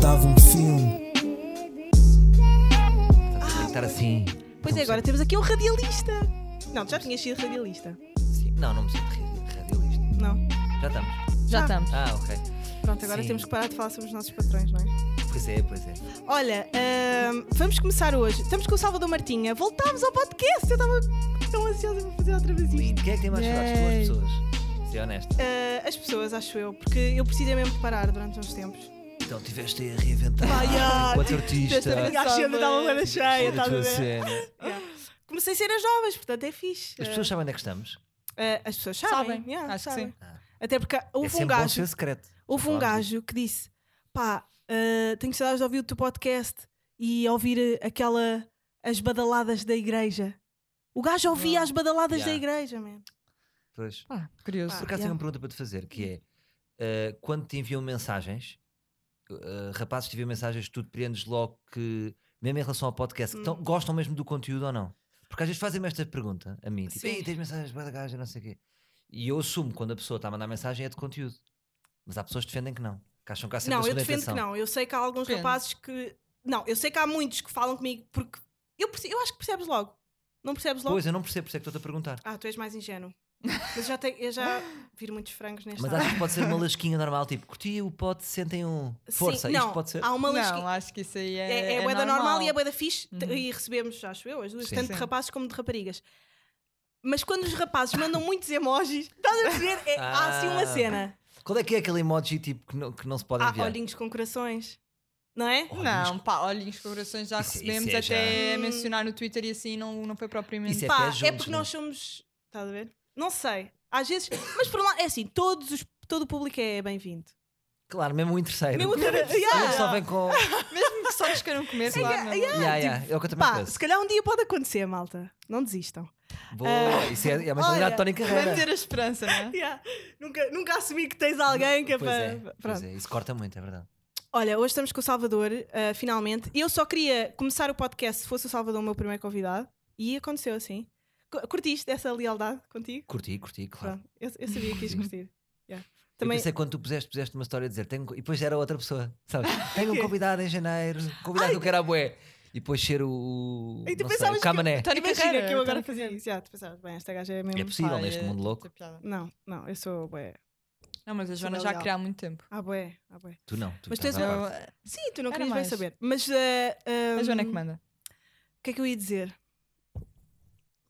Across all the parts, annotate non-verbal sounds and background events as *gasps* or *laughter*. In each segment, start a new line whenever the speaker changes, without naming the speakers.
dava um filme.
Estar assim.
Pois é, agora temos aqui um radialista. Não, tu já tinhas sido radialista.
Sim. Não, não me sinto ra- radialista.
Não.
Já estamos.
Já
Ah.
estamos.
Ah, ok.
Pronto, agora
Sim.
temos que parar de falar sobre os nossos patrões, não é?
Pois é, pois é.
Olha, ahm, vamos começar hoje. Estamos com o Salvador Martinha. Voltámos ao podcast. Eu estava tão ansiosa para fazer outra vez isto.
Lindo. Quem é que tem mais saudades? Duas
Yay.
pessoas. Ser honesto.
Ah, as pessoas, acho eu, porque eu precisei mesmo de parar durante uns tempos.
Então tiveste a reinventar.
Pá, já,
Enquanto
Desta vez
artista.
a agenda estava bué cheia,
a
estás a
tua
ver?
cena.
Comecei a ser as novas, portanto é fixe.
As pessoas sabem onde é que estamos.
Ah, as pessoas sabem.
Sabem.
yeah,
Acho que
sabem.
sim.
Até porque
é
houve
sempre
um
bom
gajo
ser secreto.
Houve um
Falámos
gajo que disse: pá, ah, tenho saudades de ouvir o teu podcast e ouvir ah, aquela. as badaladas da igreja. O gajo ouvia
Uau.
as badaladas
Ah, Yeah.
da igreja, man.
Pois.
Pá, curioso.
Pá. é um
Por acaso
yeah.
tenho uma pergunta para te fazer,
Hum.
que é uh, quando te enviam mensagens, uh, rapazes te enviam mensagens, tu depreendes logo que, mesmo em relação ao podcast, que tão-
Hum.
gostam mesmo do conteúdo ou não? Porque às vezes fazem-me esta pergunta a mim, tipo,
Sim.
Ei, tens mensagens bué da gaja, não sei o quê. E eu assumo quando a pessoa está a mandar mensagem é de conteúdo. Mas há pessoas que defendem que não. Que acham que há sempre
Não,
a
eu
segunda
defendo que
intenção.
não. Eu sei que há alguns
Depende.
rapazes que. Não, eu sei que há muitos que falam comigo porque. Eu, perce- eu acho que percebes logo. Não percebes logo?
Pois, eu não percebo, por isso é que estou-te a perguntar.
Ah, tu és mais
*laughs*
ingênuo. Mas já tenho- eu já viro muitos frangos nesta
Mas
área.
acho que pode ser
*laughs*
uma lasquinha normal, tipo, curti o pote 61.
Sim,
Força, isto
não,
pode ser.
Há uma
Não,
lisquinha.
acho que isso aí é.
É, é, bué da normal e é bué da fixe t- e recebemos, acho eu, as duas,
Uhum. Sim.
tanto de
Sim.
rapazes como de raparigas. Mas quando os rapazes
*laughs*
mandam muitos emojis, estás a perceber? É, Há assim uma
Ah.
cena.
Qual é que é aquele emoji tipo que não, que não se pode
Há
enviar? Oh,
olhinhos com corações, não é?
Olhinhos
Não, pá, olhinhos corações já
Isso- isso
recebemos
é já-
até
Hum.
mencionar no Twitter e assim não, não foi propriamente.
Isso é
Pá,
até
é
juntos,
porque
não é?
nós somos. Estás a ver? Não sei. Às vezes. Mas por um lado, é assim, todos os, todo o público é bem-vindo.
Claro, mesmo um terceiro.
Mesmo o
Ele *laughs*
ter- Yeah.
só vem com.
é-
Mesmo que só nos
*laughs*
queiram comer, claro. não.
yeah, yeah, É o que eu também
Pá,
penso.
se calhar um dia pode acontecer, malta. Não desistam.
Boa, Isso é, é a mentalidade
Ah, olha,
de Tony Carreira.
Manter a esperança, não é?
*laughs* Yeah. Nunca, nunca assumi que tens alguém que é
Pois
para.
é,
Pronto.
pois é, isso corta muito, é verdade.
Olha, hoje estamos com o Salvador, ah, finalmente. Eu só queria começar o podcast se fosse o Salvador o meu primeiro convidado e aconteceu assim. Cu- Curtiste essa lealdade contigo?
Curti, curti, claro.
Pronto, eu, eu sabia *laughs* que ias curtir.
Eu
Yeah. Também,
pensei que quando tu puseste, puseste uma história a dizer tenho, e depois era outra pessoa,
*laughs*
sabes? Tenho um convidado em janeiro, um convidado que eu quero a bué. E depois ser o.
E tu
não sei,
pensavas
o Camané.
Tony
imagina
Carreira,
que eu agora
Tony
fazia isso. Já, tu pensavas, bem, esta gaja é tipo, mesmo.
É possível
Pá,
neste
é
mundo louco.
muita piada.
Não, não, eu sou bué.
Não, mas a Joana
Sinal
já
de
queria há muito tempo.
Ah, bué, ah, bué.
Tu não. Tu
é Mas
estás
tens
à
um-
parte.
Eu-
Sim, tu não
Era
querias bem
mais.
saber. Mas. ah,
a Joana é
ah,
que manda.
O que é que eu ia dizer?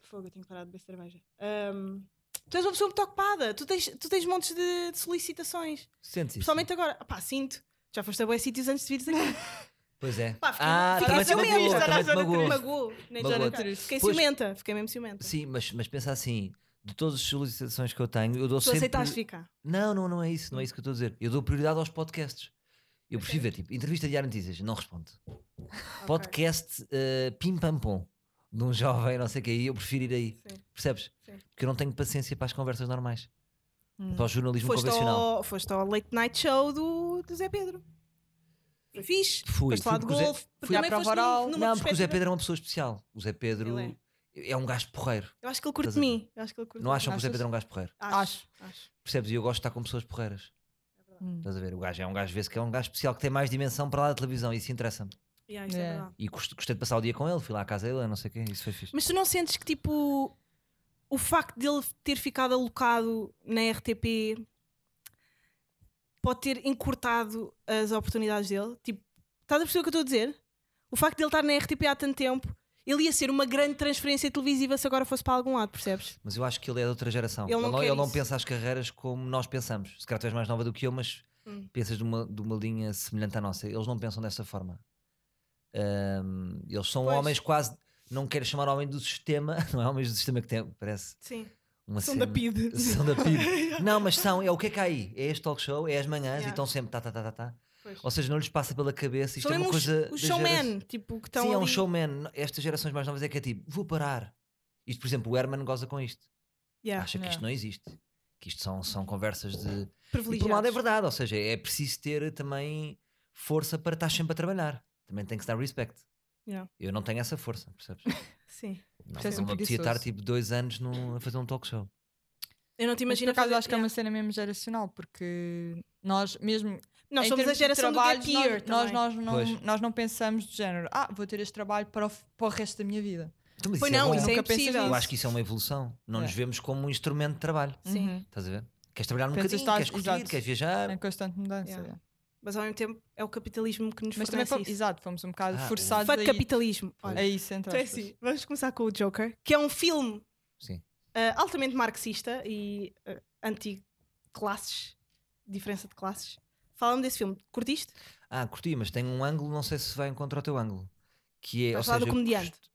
Fogo, eu tenho que parar de beber cerveja. Ehm, Ahm, tu és uma pessoa muito ocupada. Tu tens, tu tens montes de- de solicitações.
Sentes isso?
Principalmente agora. Pá, sinto. Já foste a bons sítios antes de
*laughs*
vires aqui.
Pois é.
Pá, fiquei-
ah, também
fiquei
te
ciumenta.
magoou,
Olha,
também te
Joana,
magoou.
Magoou. Nem
Magoou.
já
Joana triste.
Fiquei
Pois.
ciumenta. Fiquei mesmo ciumenta.
Sim, mas, mas pensa assim: de todas as solicitações que eu tenho, eu dou
Tu
sempre.
aceitaste ficar.
Não, não, não é isso, não é isso que eu estou a dizer. Eu dou prioridade aos podcasts. Eu prefiro ver, tipo, entrevista de notícias, não respondo. Podcast eh, pim pam pom de um *laughs* jovem, não sei o que, aí eu prefiro ir aí.
Sim.
Percebes?
Sim.
Porque eu não tenho paciência para as conversas normais,
Hum.
para o jornalismo
Foste
convencional.
ao, foste ao late night show do, do Zé Pedro. Foi fixe.
Fui,
foste lá
fui
de
porque o Zé-
golfe.
fui à
Também
prova
foste num-
oral.
Não,
numa
porque o Zé
perspectiva-
Pedro é uma pessoa especial. O Zé Pedro
Ele
é. um gajo porreiro.
Eu acho que ele curte
Estás a ver?
mim. Eu acho que ele curte
Não
mim.
acham que o Zé
Achas?
Pedro é um gajo porreiro?
Acho. acho.
Percebes? E eu gosto de estar com pessoas porreiras.
Hum.
Estás a ver? O gajo é um gajo, vê-se que é um gajo especial que tem mais dimensão para lá da televisão. Isso interessa-me.
Yeah, isso é
Yeah.
verdade.
E gost- gostei de passar o dia com ele, fui lá à casa dele, não sei o quê, isso foi fixe.
Mas tu não sentes que, tipo, o facto dele ter ficado alocado na RTP pode ter encurtado as oportunidades dele? Tipo, estás a perceber o que eu estou a dizer? O facto dele estar na RTP há tanto tempo, ele ia ser uma grande transferência televisiva se agora fosse para algum lado, percebes?
Mas eu acho que ele é de outra geração.
Ele não quer
ele não
isso.
pensa as carreiras como nós pensamos. Se calhar tu és mais nova do que eu, mas
Hum.
pensas de uma, de uma linha semelhante à nossa. Eles não pensam dessa forma. Ahm, eles são
Pois.
homens quase. Não quero chamar homem do sistema, *laughs* não é homens do sistema que tem, parece
Sim.
uma
São
cena.
da *laughs* PID.
São da PID. não, mas são, é o que é que há aí? É este talk show, é as manhãs
Yeah.
e estão sempre tá, tá, tá, tá, tá.
Pois.
Ou seja, não lhes passa pela cabeça. Isto
São
é
mesmo
uma
os,
coisa.
os
da
showmen,
geração-
tipo, que estão
Sim, é um
ali.
showman. Estas gerações mais novas é que é tipo, vou parar. Isto, por exemplo, o Herman goza com isto.
Yeah,
Acha que isto
Yeah.
não existe. Que isto são, são conversas de. E por um lado é
privilegiados.
verdade, ou seja, é preciso ter também força para estar sempre a trabalhar. Também tem que se dar respect.
Yeah.
Eu não tenho essa força,
*laughs*
percebes?
Sim.
Não,
Tu és
não
um
me apetecia estar
preguiçoso.
tipo dois anos num- a fazer um talk show.
Eu não te
Mas por
imagino.
acaso
fazer-
acho que é uma cena mesmo geracional, porque nós mesmo.
Nós
em
somos a
termos de
geração do
trabalhos,
gap year
nós,
também.
nós, nós, não,
Pois.
nós não pensamos de género, ah, vou ter este trabalho para o, f- para o resto da minha vida.
Então, mas
Pois
isso é
não,
bom.
isso é
Nunca pensas
impossível.
Eu acho que isso é uma evolução. Não
É.
nos vemos como um instrumento de trabalho.
Sim.
Uhum.
Estás a ver? Queres trabalhar um
Pensas,
bocadinho,
estás-
queres curtir,
exato.
queres viajar.
Em constante mudança.
Yeah.
yeah.
Mas ao mesmo tempo é o capitalismo que nos
Mas também
fornece
fomos,
isso.
exato, fomos um bocado
é Ah,
forçados a
Fuck
ir-
capitalismo. Olha,
a isso. Entre
então é
aspas.
assim, vamos começar com o Joker, que é um filme
Sim.
ah, altamente marxista e ah, anti-classes, diferença de classes. Fala-me desse filme. Curtiste?
Ah, curti, mas tem um ângulo, não sei se vai encontrar o teu ângulo. Que é,
Vais
ou
falar do
seja,
comediante?
gost-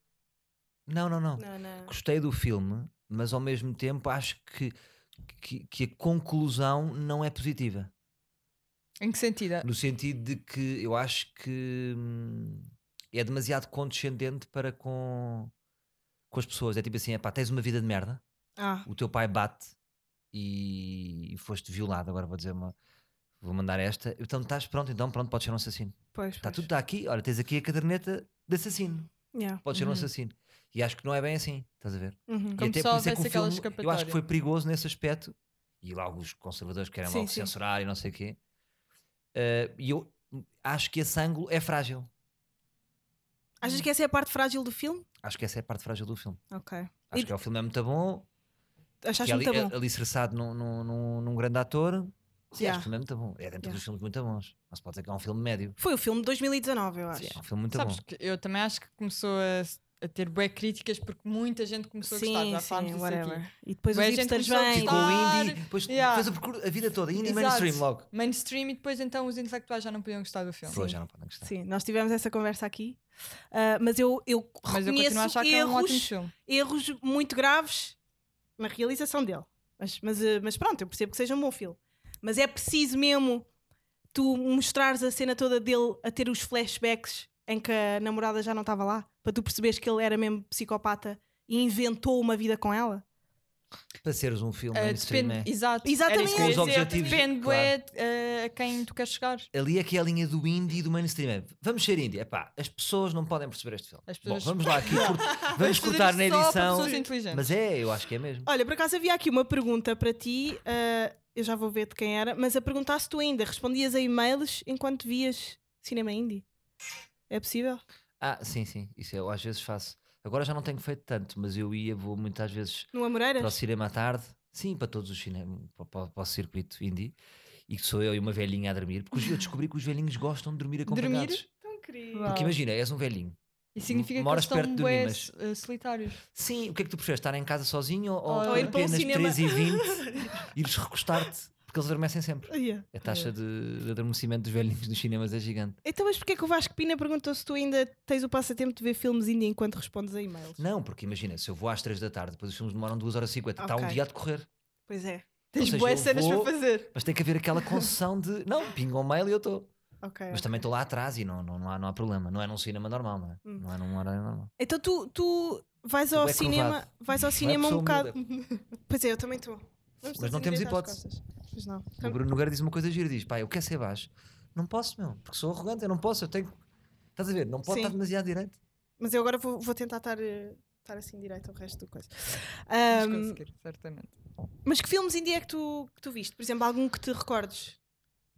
Não, não, não.
Não, não.
Gostei do filme, mas ao mesmo tempo acho que, que, que a conclusão não é positiva.
Em que sentido?
No sentido de que eu acho que hum, é demasiado condescendente para com, com as pessoas. É tipo assim: é pá, tens uma vida de merda,
Ah,
o teu pai bate e, e foste violado. Agora vou dizer uma. Vou mandar esta. Então estás pronto, então pronto, podes ser um assassino.
pois.
Está
pois.
tudo está aqui. Olha, tens aqui a caderneta de assassino.
Yeah.
Podes ser um
Uhum.
assassino. E acho que não é bem assim, estás a ver?
Uhum.
e
Como
até
só
por isso é que
houvesse
o filme, eu
aquela
acho que
escapatória.
foi perigoso nesse aspecto. E lá alguns conservadores querem
Sim,
logo
sim.
censurar e não sei o quê. Eh, e eu acho que esse ângulo é frágil.
Achas que essa é a parte frágil do filme?
Acho que essa é a parte frágil do filme.
Ok.
Acho
E-
que o filme é muito bom.
Achaste
que é ali,
muito bom.
é alicerçado num, num, num, num grande ator. Sim,
Yeah.
acho que o filme é muito bom. É dentro
Yeah.
dos filmes muito bons. Não se pode dizer que é um filme médio.
Foi o filme de 2019, eu acho.
Sim, é um filme muito
Sabes
bom.
que eu também acho que começou a, a ter bué críticas porque muita gente começou a gostar. Já falámos disso aqui.
E depois os
Bué gente
hipsters
começou a
vêm.
gostar.
Ficou indie, depois
Yeah.
fez o percurso, a vida toda, indie
Exato.
mainstream logo.
Mainstream e depois então os intelectuais já não podiam gostar do filme.
Pois, já não podem gostar.
Sim, nós tivemos essa conversa aqui. Ah, mas eu, eu
Mas eu
reconheço
continuo a achar que é um ótimo
erros,
filme.
erros muito graves na realização dele. Mas, mas, ah, mas pronto, eu percebo que seja um bom filme. Mas é preciso mesmo tu mostrares a cena toda dele a ter os flashbacks em que a namorada já não estava lá, para tu perceberes que ele era mesmo psicopata e inventou uma vida com ela.
Para seres um filme
Ah,
mainstream,
depende,
é.
exato.
Exatamente.
era isso
Com
que eu
os
ia dizer.
objetivos, claro.
Depende bué, eh, a quem tu queres chegar.
Ali é que é a linha do indie e do mainstream. é, Vamos ser indie. Epá, as pessoas não podem perceber este filme.
As
Bom,
pessoas- *laughs*
vamos lá aqui, cort- vamos
Vamos
cortar na
Só para pessoas
edição.
inteligentes.
Mas é, eu acho que é mesmo.
Olha, por acaso havia aqui uma pergunta para ti, ah, eu já vou ver de quem era, mas a perguntar se tu ainda respondias a e-mails enquanto vias cinema indie. É possível?
Ah, sim, sim. Isso eu às vezes faço. Agora já não tenho feito tanto, mas eu ia, vou muitas vezes
No Amoreiras?
para o cinema à tarde. Sim, para todos os cinemas, para, para- para o circuito indie. E que sou eu e uma velhinha a dormir. Porque os- eu descobri que os velhinhos gostam de dormir acompanhados.
Dormir?
Tão querido.
Uau.
Porque imagina, és um velhinho.
E significa que
moras
eles
perto
estão
de
bué,
Nimas.
eh, solitários.
Sim, o que é que tu preferes? Estar em casa sozinho ou,
Ou
ou
ir
para um
apenas
cinema?
3 e 20
*laughs*
ires recostar-te? Porque eles adormecem sempre. A taxa
É.
de, de adormecimento dos velhinhos nos cinemas é gigante.
Então, mas porquê que o Vasco Pina perguntou se tu ainda tens o passatempo de ver filmes indie enquanto respondes a e-mails?
Não, porque imagina, se eu vou às 3 da tarde, depois os filmes demoram 2 horas e 50, está um
Ok.
dia a decorrer.
Pois é.
Tens
seja, eu
boas cenas
vou-
para fazer.
Mas tem que haver aquela concessão de não, pinga o mail e eu estou.
Ok.
Mas tá. também estou lá atrás e não, não, não, há, não há problema. Não é num cinema normal, não é?
Hum.
Não é num horário normal.
Então tu, tu vais
Tu
ao
é
cinema,
curvado.
vais ao
Não é
cinema um
pessoa
bocado. *laughs* Pois é, eu também estou.
Mas não temos hipótese.
Pois não.
O Bruno Nogueira diz uma coisa gira: diz, pá, eu quero ser baixo. Não posso, meu, porque sou arrogante, eu não posso, eu tenho. Estás a ver? Não pode
Sim.
estar demasiado direito.
Mas eu agora vou, vou tentar estar, eh, estar assim direito ao resto do coisa.
Vais
Ahm,
conseguir, certamente.
mas que filmes indie é que tu, que tu viste? Por exemplo, algum que te recordes?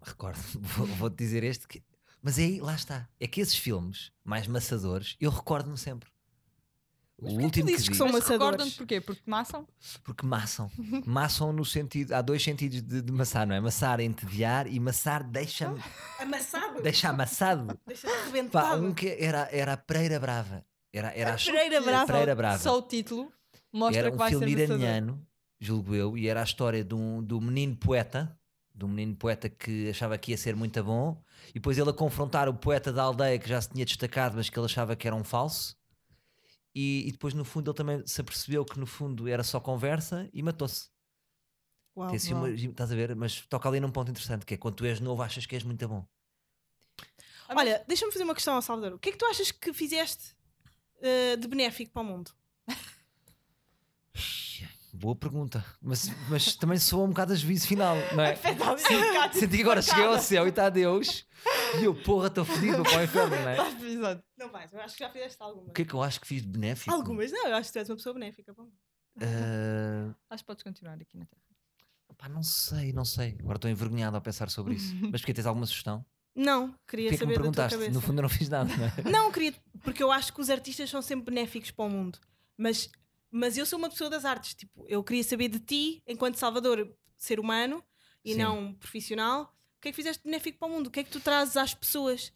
Recordo, *laughs* vou- vou-te dizer este que. Mas é aí, lá está. É que esses filmes mais maçadores, eu recordo-me sempre.
Mas
o
porquê que tu
último que,
dizes que
vi-
são
Mas
maçadores.
recordam-te porquê? Porque te maçam?
Porque
*laughs*
maçam. Maçam no sentido. Há dois sentidos de, de maçar, não é? Maçar é entediar e maçar deixa,
*laughs* Amassado?
deixa amassado.
Deixa-te
Pá,
arrebentado.
um que era, era a Pereira Brava. Era, era a,
Pereira Brava.
Pereira Brava.
Só o título mostra
era
que
um
vai
filme
ser maçador.
iraniano, julgo eu, e era a história de um, de um menino poeta, de um menino poeta que achava que ia ser muito bom, e depois ele a confrontar o poeta da aldeia que já se tinha destacado, mas que ele achava que era um falso. E, e depois, no fundo, ele também se apercebeu que, no fundo, era só conversa e matou-se.
Uau,
Oh,
Tem assim
uau.
uma- estás a ver? Mas toca ali num ponto interessante, que é quando tu és novo, achas que és muito bom.
Ah, mas-
Olha, deixa-me fazer uma questão ao Salvador. O que é que tu achas que fizeste eh, de benéfico para o mundo?
Boa pergunta. Mas, mas também soa um bocado a juízo final, não
*laughs*
é?
Afeta ali um
*laughs*
bocado.
Senti que agora cheguei ao céu e está a Deus. E eu, porra, estou fodido vou para o inferno, não é?
Tá, exato.
Não vais, eu acho que já fizeste algumas.
O que é que eu acho que fiz de benéfico?
Algumas? Não, eu acho que tu és uma pessoa benéfica para o mundo.
Ah,
Acho que podes continuar aqui na Terra.
Pá, não sei, não sei. Agora estou envergonhado ao pensar sobre
*laughs*
isso. Mas porque tens alguma sugestão?
Não,
Porquê
queria
é que me
saber da tua
perguntaste?
cabeça.
No fundo eu não fiz nada,
*laughs*
não é?
Não, queria, porque eu acho que os artistas são sempre benéficos para o mundo. Mas, mas eu sou uma pessoa das artes. Tipo, eu queria saber de ti, enquanto Salvador, ser humano e
Sim.
não profissional, o que é que fizeste de benéfico para o mundo? O que é que tu trazes às pessoas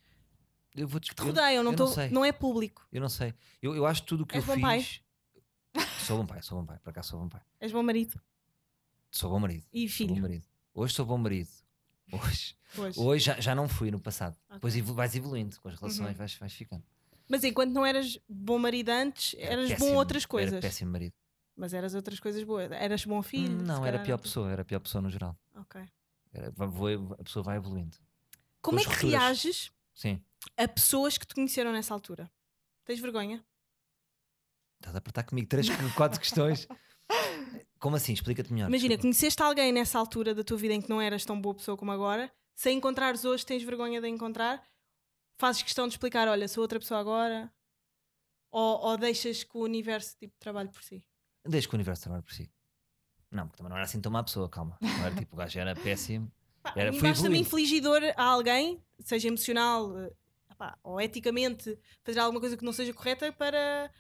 Eu vou
que te rodeiam? Não,
eu
tô-
não sei.
não é público.
Eu não sei. Eu, eu acho que tudo o que
És
eu
bom
fiz.
pai?
Sou bom pai, sou bom pai. Para cá sou bom pai.
És bom marido
Sou bom marido.
e
Sou bom
filho.
marido. Hoje sou bom marido.
*laughs*
Hoje,
Pois.
hoje já, já não fui no passado.
Ok. Uhum.
Depois evolu- vais evoluindo com as relações, vais, vais ficando.
Mas enquanto não eras bom marido antes,
Era
eras bom
péssimo,
a outras coisas.
Era péssimo marido.
Mas eras outras coisas boas. Eras bom filho.
Hum, não,
se
era
calhar,
pior
não-
pessoa, era pior pessoa no geral.
Ok.
Era- va- vou- a pessoa vai evoluindo.
Como
Tuas
é que
rupturas.
reages
Sim.
a pessoas que te conheceram nessa altura? Tens vergonha?
Estás a apertar comigo três, *laughs* quatro questões. Como assim? Explica-te melhor.
Imagina,
desculpa.
conheceste alguém nessa altura da tua vida em que não eras tão boa pessoa como agora, se a encontrares hoje, tens vergonha de a encontrar, fazes questão de explicar: olha, sou outra pessoa agora, ou, ou deixas que o universo tipo, trabalhe por si?
Deixa que o universo trabalhe por si. Não, porque também não era assim tão má pessoa, calma. Não era tipo, o gajo era péssimo.
Pá,
Era-
a mim
fui
basta-me
evoluindo.
infligidor a alguém, seja emocional eh, pá, ou eticamente, fazer alguma coisa que não seja correta para,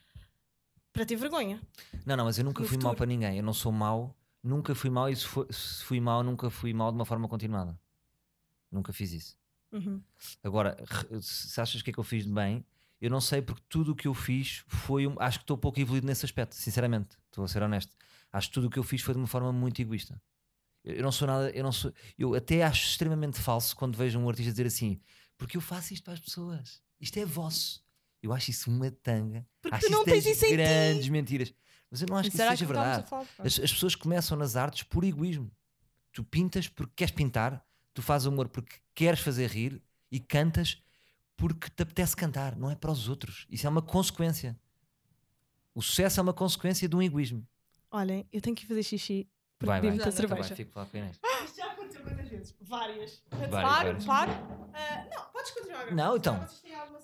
para ter vergonha.
Não, não, mas eu nunca
No
fui mau
futuro.
para ninguém. Eu não sou mau, nunca fui mau e se, fo- se fui mau, nunca fui mau de uma forma continuada. Nunca fiz isso. Uhum. Agora, re- se achas que é que eu fiz de bem, eu não sei porque tudo o que eu fiz foi. um- acho que estou pouco evoluído nesse aspecto, sinceramente. Estou a ser honesto. Acho que tudo o que eu fiz foi de uma forma muito egoísta. Eu, eu não sou nada. Eu, não sou, eu até acho extremamente falso quando vejo um artista dizer assim: porque eu faço isto para as pessoas. Isto é vosso. Eu acho isso uma tanga.
Porque
acho
tu não
das
tens isso em ti.
grandes mentiras. Mas eu não acho que isso
Será
seja
não estávamos
verdade.
a falar? Pronto.
As, as pessoas começam nas artes por egoísmo. Tu pintas porque queres pintar, tu fazes humor porque queres fazer rir e cantas porque te apetece cantar, não é para os outros. Isso é uma consequência. O sucesso é uma consequência de um egoísmo.
Olhem, eu tenho que ir fazer xixi. Porque
Vai, vai.
bebi muita
Então vai,
cerveja.
fico lá com a Inês.
Isto Ah, já aconteceu quantas vezes? Várias.
Várias, várias.
Paro,
não, podes continuar.
Não, gravar. então.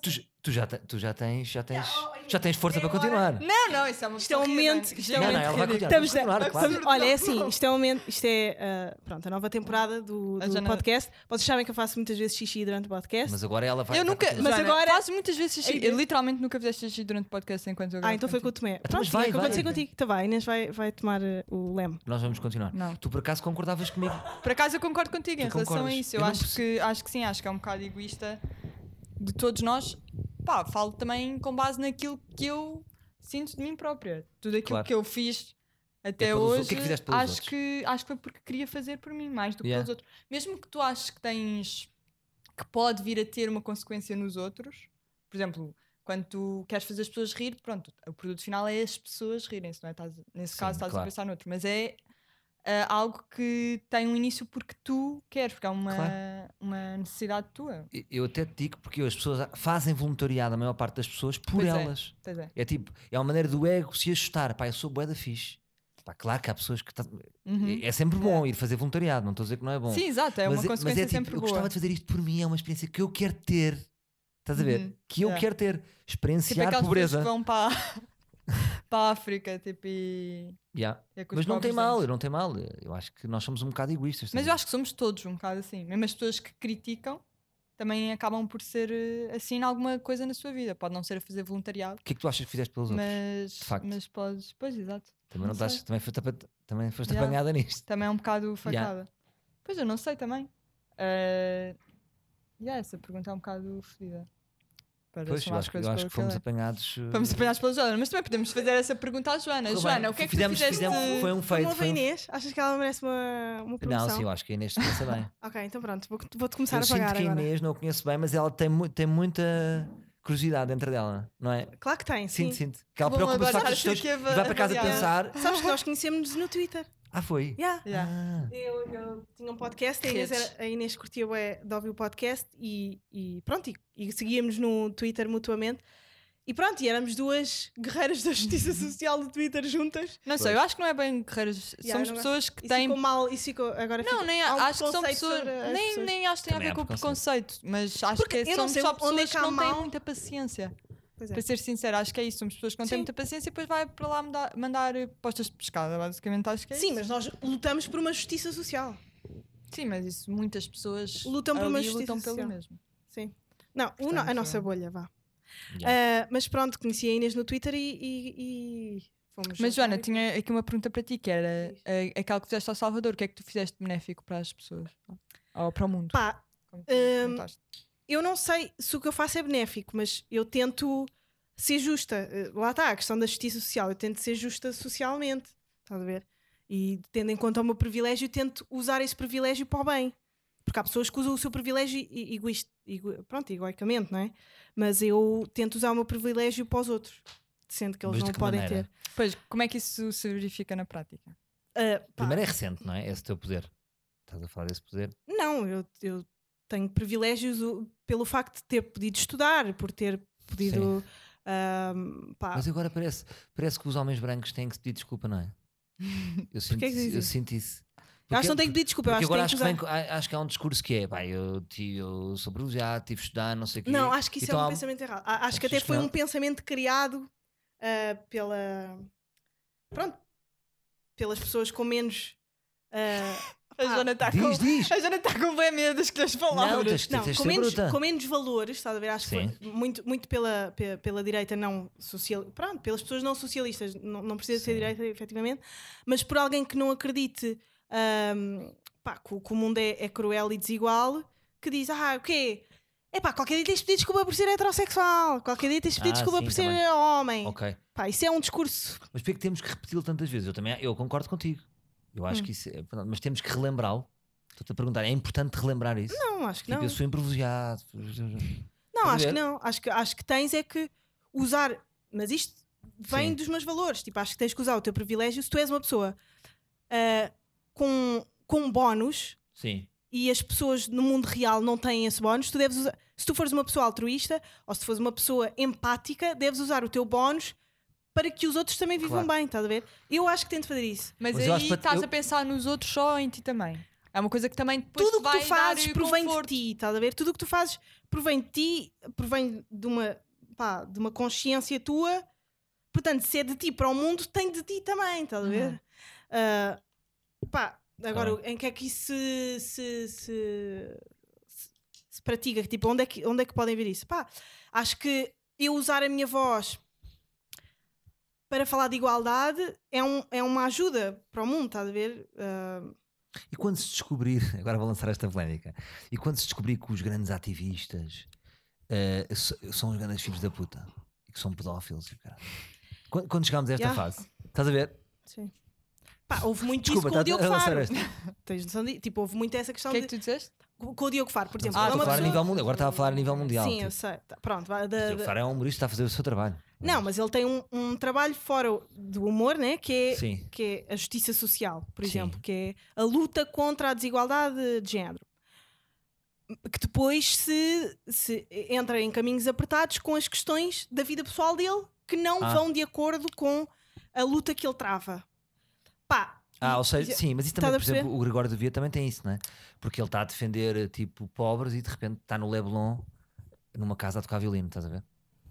Vocês Tu, j- tu já, te- tu já tens, já tens,
ó, Inês,
já tens força
oh, eu
para
agora-
continuar.
Não, não, isso é uma
Isto é um
pessoa
momento.
ridícula.
Isto é um
Não, não,
momento
ela vai
ridículo.
continuar, vai
Estamos
continuar,
na-
claro.
estamos- Olha, é assim, isto é um momento. Isto é ah, pronto, a nova temporada do,
A
do
Jana-
podcast. Vocês sabem que eu faço muitas vezes xixi durante o podcast.
Mas agora ela vai.
Eu
vai
nunca,
continuar.
mas
Joana,
agora faço muitas vezes xixi.
Ai,
Eu literalmente nunca fizeste xixi durante o podcast enquanto eu
Ah,
gravo
então foi com o
contigo.
Tomé.
Então,
Pronto,
mas
vai,
vai,
que aconteceu
vai.
contigo. Então vai, a Inês vai, vai tomar eh, o leme.
Nós vamos continuar.
Não.
Tu por acaso concordavas comigo?
Por acaso eu concordo contigo em
Tu
relação
concordas?
a isso. Eu,
Eu não
acho, que, acho que sim, acho que é um bocado egoísta de todos nós. Pá, falo também com base naquilo que eu sinto de mim própria. Tudo aquilo
Claro.
que eu fiz até
pelos outros.
hoje.
O que é que fizeste pelos
acho,
outros?
Que, acho que foi porque queria fazer por mim, mais do que
Yeah.
pelos outros. Mesmo que tu aches que tens. que pode vir a ter uma consequência nos outros. Por exemplo. Quando tu queres fazer as pessoas rir, pronto, o produto final é as pessoas rirem-se, não é? Estás- nesse
Sim,
caso estás a
claro.
pensar noutro, mas é ah, algo que tem um início porque tu queres, porque é uma, uma necessidade tua.
E- Eu até te digo porque as pessoas fazem voluntariado, a maior parte das pessoas, por
Pois é.
elas.
Pois é.
É tipo, é uma maneira do ego se ajustar. Pá, eu sou bué da fixe. Pá, claro que há pessoas que. tá-
Uhum.
É é sempre bom ir fazer voluntariado, não estou a dizer que não é bom.
Sim, exato, é uma
mas mas
consequência
é tipo,
sempre
eu
boa.
gostava de fazer isto por mim, é uma experiência que eu quero ter. Estás a ver?
Uhum,
Que eu
yeah.
quero ter.
Tipo
Experienciar
aquelas pessoas
pobreza.
que vão para,
*laughs*
para a África, tipo, e...
Yeah.
e é com os
Mas não tem
pobres
mal,
antes.
não tem mal. Eu acho que nós somos um bocado egoístas.
Mas
também.
eu acho que somos todos um bocado assim. Mesmo as pessoas que criticam também acabam por ser eh, assim em alguma coisa na sua vida. Pode não ser a fazer voluntariado,
O que é que tu achas que fizeste pelos outros?
mas,
facto.
mas podes. Pois, exato.
Também, não
não
estás,
sei.
também foste, apa- também foste
Yeah.
apanhada nisto.
Também é um bocado
Yeah.
facada. Pois eu não sei também. Ah, yeah, essa pergunta é um bocado fodida. Para
Pois, eu
chamar as
acho, que- eu
coisas
acho que
pelo
fomos
que ela
apanhados. uh,
é. Fomos apanhados pela Joana, mas também podemos fazer essa pergunta à Joana.
correu
Joana,
bem.
o que é que
Fizemos-
tu fizeste?
fizemos- Foi um
Foi
feito.
novo a
Foi um...
Inês? Achas que ela merece uma, uma promoção?
Não, sim, eu acho que a Inês se pensa bem.
Ok, então pronto, vou- vou-te começar
eu
a pagar
sinto que a
agora.
Inês não a conheço bem, mas ela tem, mu- tem muita curiosidade dentro dela, não é?
Claro que tem, sim.
Sinto, sinto. Que ela
Vou-me
preocupa-se
agora
com as
estar
pessoas
aqui
e
a va-
vai para casa
avaliar.
pensar.
Sabes que nós conhecemos-nos no Twitter.
Ah, foi.
Yeah.
Yeah.
Ah,
Eu, eu tinha um podcast, a Inês,
Redes.
era- a Inês curtia bué de ouvir o podcast e, e pronto, e, e seguíamos no Twitter mutuamente. E pronto, e éramos duas guerreiras da
*laughs*
justiça social do Twitter juntas.
Não sei,
Pois.
eu acho que não é bem guerreiras.
Yeah,
somos
não é.
pessoas que
Isso
têm.
ficou mal, isso ficou agora.
Não,
fica-
nem
há um
acho que são
preconceito
pessoas.
sobre as
Nem,
pessoas.
nem acho que tem a
Também
ver
há
com o preconceito, mas acho
Porque
que
eu não
são
sei
só
onde é
pessoas
que
que
há
não têm
mal.
muita paciência.
Pois é.
Para ser sincera, acho que é isso. Somos pessoas que não têm
Sim.
muita paciência e depois vai para lá mudar- mandar eh, postas de pescada. Basicamente, acho que é
Sim,
isso.
mas nós lutamos por uma justiça social.
Sim, mas isso muitas pessoas
Lutam por uma
ali
justiça
lutam pelo
social.
mesmo.
Sim. Não, o no- a
Portanto,
nossa bolha, vá. Ah, mas pronto, conheci a Inês no Twitter e, e- e fomos.
Mas Joana,
jantar e-
tinha aqui uma pergunta para ti, que era
Diz.
eh, aquela que fizeste ao Salvador, o que é que tu fizeste de benéfico para as pessoas? Ou para o mundo?
Pá,
como tu
hum,
comentaste.
eu não sei se o que eu faço é benéfico, mas eu tento ser justa. Eh, Lá está a questão da justiça social. Eu tento ser justa socialmente, estás a ver? E tendo em conta o meu privilégio, tento usar esse privilégio para o bem. Porque há pessoas que usam o seu privilégio e- egoíst- ego- pronto, egoicamente, não é? Mas eu tento usar o meu privilégio para os outros, sendo que eles
Mas de
não
que
podem
maneira?
ter.
Pois, como é que isso se verifica na prática?
Ah, pá,
Primeiro é recente, não é? Esse teu poder. Estás a falar desse poder?
Não, eu, eu tenho privilégios o- pelo facto de ter podido estudar, por ter podido. ahm, pá,
Mas agora parece, parece que os homens brancos têm que se pedir desculpa, não é?
*laughs*
Eu sinto,
que dizes
eu
isso?
sinto isso.
eu acho que não tenho
Porque-
que pedir desculpa, eu
porque
acho que
agora
tenho
acho que,
que usar.
vem co- a- acho que há um discurso que é, pá, eu, ti- eu sou privilegiado, tive de estudar, não sei o quê.
Não, acho que isso
Então
é um
há-
pensamento errado. A- Acho que até
Achas que
foi
não?
um pensamento criado ah, pela. Pronto. Pelas pessoas com menos. ah,
A
Ah,
Joana está
Diz,
com.
diz!
A Joana
tá
está com bem medo das que lhes
Não,
palavras.
tens,
não,
tens de
com
ser
menos,
bruta.
com menos valores, estás a ver? Acho
Sim.
que foi muito, muito pela, pe- pela direita não social, pronto, pelas pessoas não socialistas, não, não precisa ser
Sim.
direita, efetivamente, mas por alguém que não acredite ahm, pá, que, o- que o mundo é, é cruel e desigual, que diz, ah, o quê? Epá, qualquer dia tens de pedir desculpa por ser heterossexual, qualquer dia tens de pedir
Ah,
desculpa
sim,
por ser
também.
homem.
Ok.
Pá, isso é um discurso.
Mas porquê que temos que repeti-lo tantas vezes? Eu também eu concordo contigo. Eu acho
Hum.
que isso é. pronto, Mas temos que relembrá-lo. Estou-te a perguntar, é importante relembrar isso?
Não, acho que
Tipo,
não.
eu sou improvisado.
Não,
Estás a
acho que
ver?
não. Acho que, acho que tens é que usar. Mas isto vem
Sim.
dos meus valores. Tipo, acho que tens que usar o teu privilégio se tu és uma pessoa ah, com, com bónus
Sim.
e as pessoas no mundo real não têm esse bónus, tu deves usar. Se tu fores uma pessoa altruísta ou se fores uma pessoa empática, deves usar o teu bónus para que os outros também vivam
Claro.
bem, estás a ver? Eu acho que tento fazer isso.
Mas,
Mas eu acho
aí
que-
estás
eu-
a pensar nos outros só em ti também. É uma coisa que também depois
Tudo o
vai
que tu fazes
dar
provém
conforto.
de ti, estás a ver? Tudo o que tu fazes provém de ti, provém de uma, pá, de uma consciência tua. Portanto, se é de ti para o mundo, tem de ti também, estás a ver? Ah, pá, agora, em que é que isso se, se, se, se- se pratica? Tipo, onde é, que, onde é que podem ver isso? Pá, acho que eu usar a minha voz para falar de igualdade é, um, é uma ajuda para o mundo, estás a ver? Ah,
E quando se descobrir, *laughs* agora vou lançar esta polémica, e quando se descobrir que os grandes ativistas eh, so- são os grandes filhos da puta e que são pedófilos e o caralho. quando, quando chegámos a esta
Yeah.
fase, estás a ver?
Sim. Pá, houve muito isso com
tá-
o Diogo
a lançar
Faro. Ah,
esta.
Tens noção disso? Tipo, houve muito essa
O
questão
que é que
de...
tu disseste?
com o Diogo Faro, por exemplo.
Não,
Ah,
é
estou
uma
a falar a
pessoa...
nível mundial. Agora estava a falar a nível mundial.
Sim,
tipo.
eu sei. Tá, Pronto, vá, da-
Diogo
da-
Faro é um humorista, está a fazer o seu trabalho.
Não, mas ele tem um, um trabalho fora do humor, né? que, é,
Sim.
que é a justiça social, por
Sim.
exemplo, que é a luta contra a desigualdade de género. Que depois se, se entra em caminhos apertados com as questões da vida pessoal dele que não
Ah.
vão de acordo com a luta que ele trava. Pá,
Ah, ou seja,
Isso-
sim, mas isso
Estás
também,
a
por exemplo, o Gregório do Via também tem isso, não é? Porque ele está a defender eh, tipo pobres e de repente está no Leblon numa casa a tocar violino, estás a ver?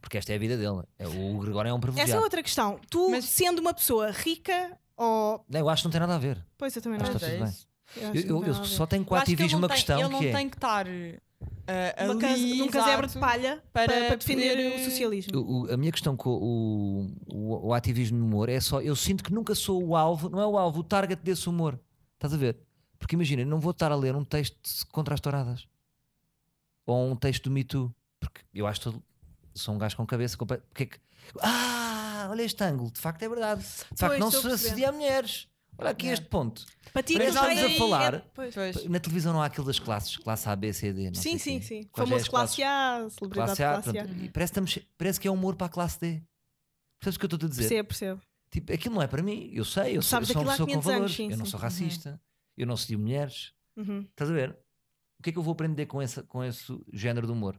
Porque esta é a vida dele. É, O Gregório é um
Essa é
privilegiado.
outra questão. Tu,
Mas-
sendo uma pessoa rica ou.
Não, Eu acho que não tem nada a ver.
Pois eu também não
Acho que
acho.
está tudo bem.
Eu,
Eu,
acho que não
eu-
tem
eu
nada a ver.
só tenho com o
Eu acho que ele
ativismo
não
uma
tem-
questão
Ele não
que é.
tem que estar uh,
Uma
ali,
casa, num casebre de
exato.
palha para,
para
para defender
poder,
o socialismo.
O- o- a minha questão com o, o- o ativismo no humor é só. Eu sinto que nunca sou o alvo, não é o alvo, o target desse humor. Estás a ver? Porque imagina, eu não vou estar a ler um texto contra as touradas ou um texto do Me Too, porque eu acho que sou- sou um gajo com cabeça. compa- Porque é que. Ah, olha este ângulo, de facto é verdade. De facto,
Pois,
não
estou
se
a perceber.
assedia a mulheres. Olha aqui
É.
este ponto.
Para ti,
Mas
aquilo
estamos
já
a
é-
falar-
é- pois.
Pois.
Na televisão não há aquilo das classes, classe A, B, C, D. Não sei
Sim, sim,
quê.
sim.
Quais é as
Famoso classe
classes?
A, celebridade
Classe A,
classe A.
portanto, e parece, que estamos- parece que é humor para a classe D. Percebes o que eu estou a dizer?
Percebo, percebo.
Tipo, aquilo não é para mim, eu sei, eu sou, eu
Sabes
sou uma
aquilo há
pessoa com
500 anos,
valores,
sim,
eu não
sim.
sou
Uhum.
racista, eu não cedio mulheres,
Uhum.
estás a ver? O que é que eu vou aprender com esse, com esse género de humor?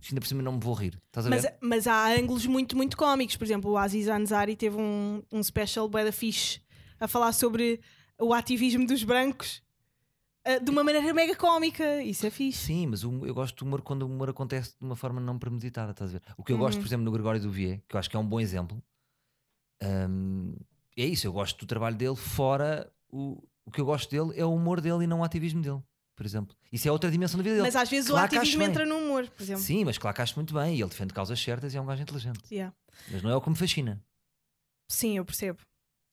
Se ainda por cima não me vou rir, estás a ver?
Mas, é- mas há ângulos muito, muito cómicos. Por exemplo, o Aziz Ansari teve um, um special bué da fixe a falar sobre o ativismo dos brancos ah, de uma maneira mega cómica. Isso é fixe.
Sim, mas o- eu gosto do humor quando o humor acontece de uma forma não premeditada, estás a ver? O que eu gosto,
Uhum.
por exemplo, do Gregório Duvier, que eu acho que é um bom exemplo, hum, é isso. Eu gosto do trabalho dele, fora o, o que eu gosto dele é o humor dele e não o ativismo dele, por exemplo. Isso é outra dimensão da vida dele.
Mas às vezes
Claro
o
que acho
ativismo
bem.
entra no humor, por exemplo.
Sim, mas claro que acho muito bem. E ele defende causas certas e é um gajo inteligente.
Yeah.
Mas não é o que me fascina.
Sim, eu percebo.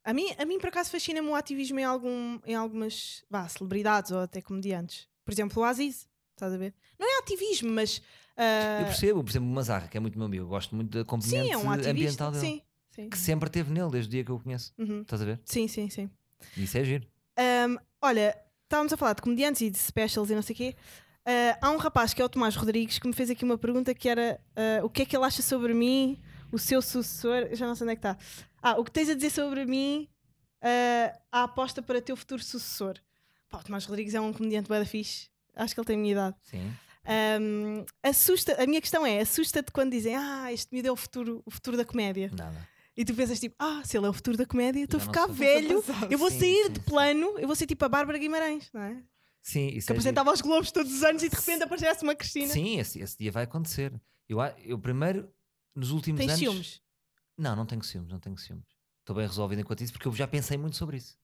A mim, a mim por acaso, fascina-me o ativismo em, algum, em algumas vá, celebridades ou até comediantes. Por exemplo, o Aziz, estás a ver? Não é ativismo, mas. ah,
Eu percebo, por exemplo, o Mazarra, que é muito meu amigo, eu gosto muito da componente
sim, é um ativista.
ambiental dele.
Sim, sim.
Que sempre teve nele, desde o dia que eu o conheço.
Uhum.
Estás a ver?
sim, sim, sim.
E isso é giro.
Ahm, olha, estávamos a falar de comediantes e de specials e não sei o quê. Ah, há um rapaz que é o Tomás Rodrigues que me fez aqui uma pergunta que era ah, o que é que ele acha sobre mim, o seu sucessor, eu já não sei onde é que está. Ah, o que tens a dizer sobre mim, ah, a aposta para teu futuro sucessor. Pá, o Tomás Rodrigues é um comediante bué da fixe, acho que ele tem a minha idade.
Sim.
Ahm, assusta, a minha questão é, assusta-te quando dizem ah, este miúdo é o futuro, o futuro da comédia.
Nada.
E tu pensas tipo, ah, se ele é o futuro da comédia, estou a
Já não
ficar
sou."
velho, eu vou
Sim,
sair
sim,
de
sim.
plano, eu vou ser tipo a Bárbara Guimarães, não é?
Sim, isso
Que
é giro.
apresentava aos Globos todos os anos e de repente aparecesse uma Cristina.
Sim, esse, esse dia vai acontecer. Eu, a- eu primeiro, nos últimos
Tens
anos.
ciúmes?
Não, não tenho ciúmes, não tenho ciúmes. Estou bem resolvido enquanto isso, porque eu já pensei muito sobre isso.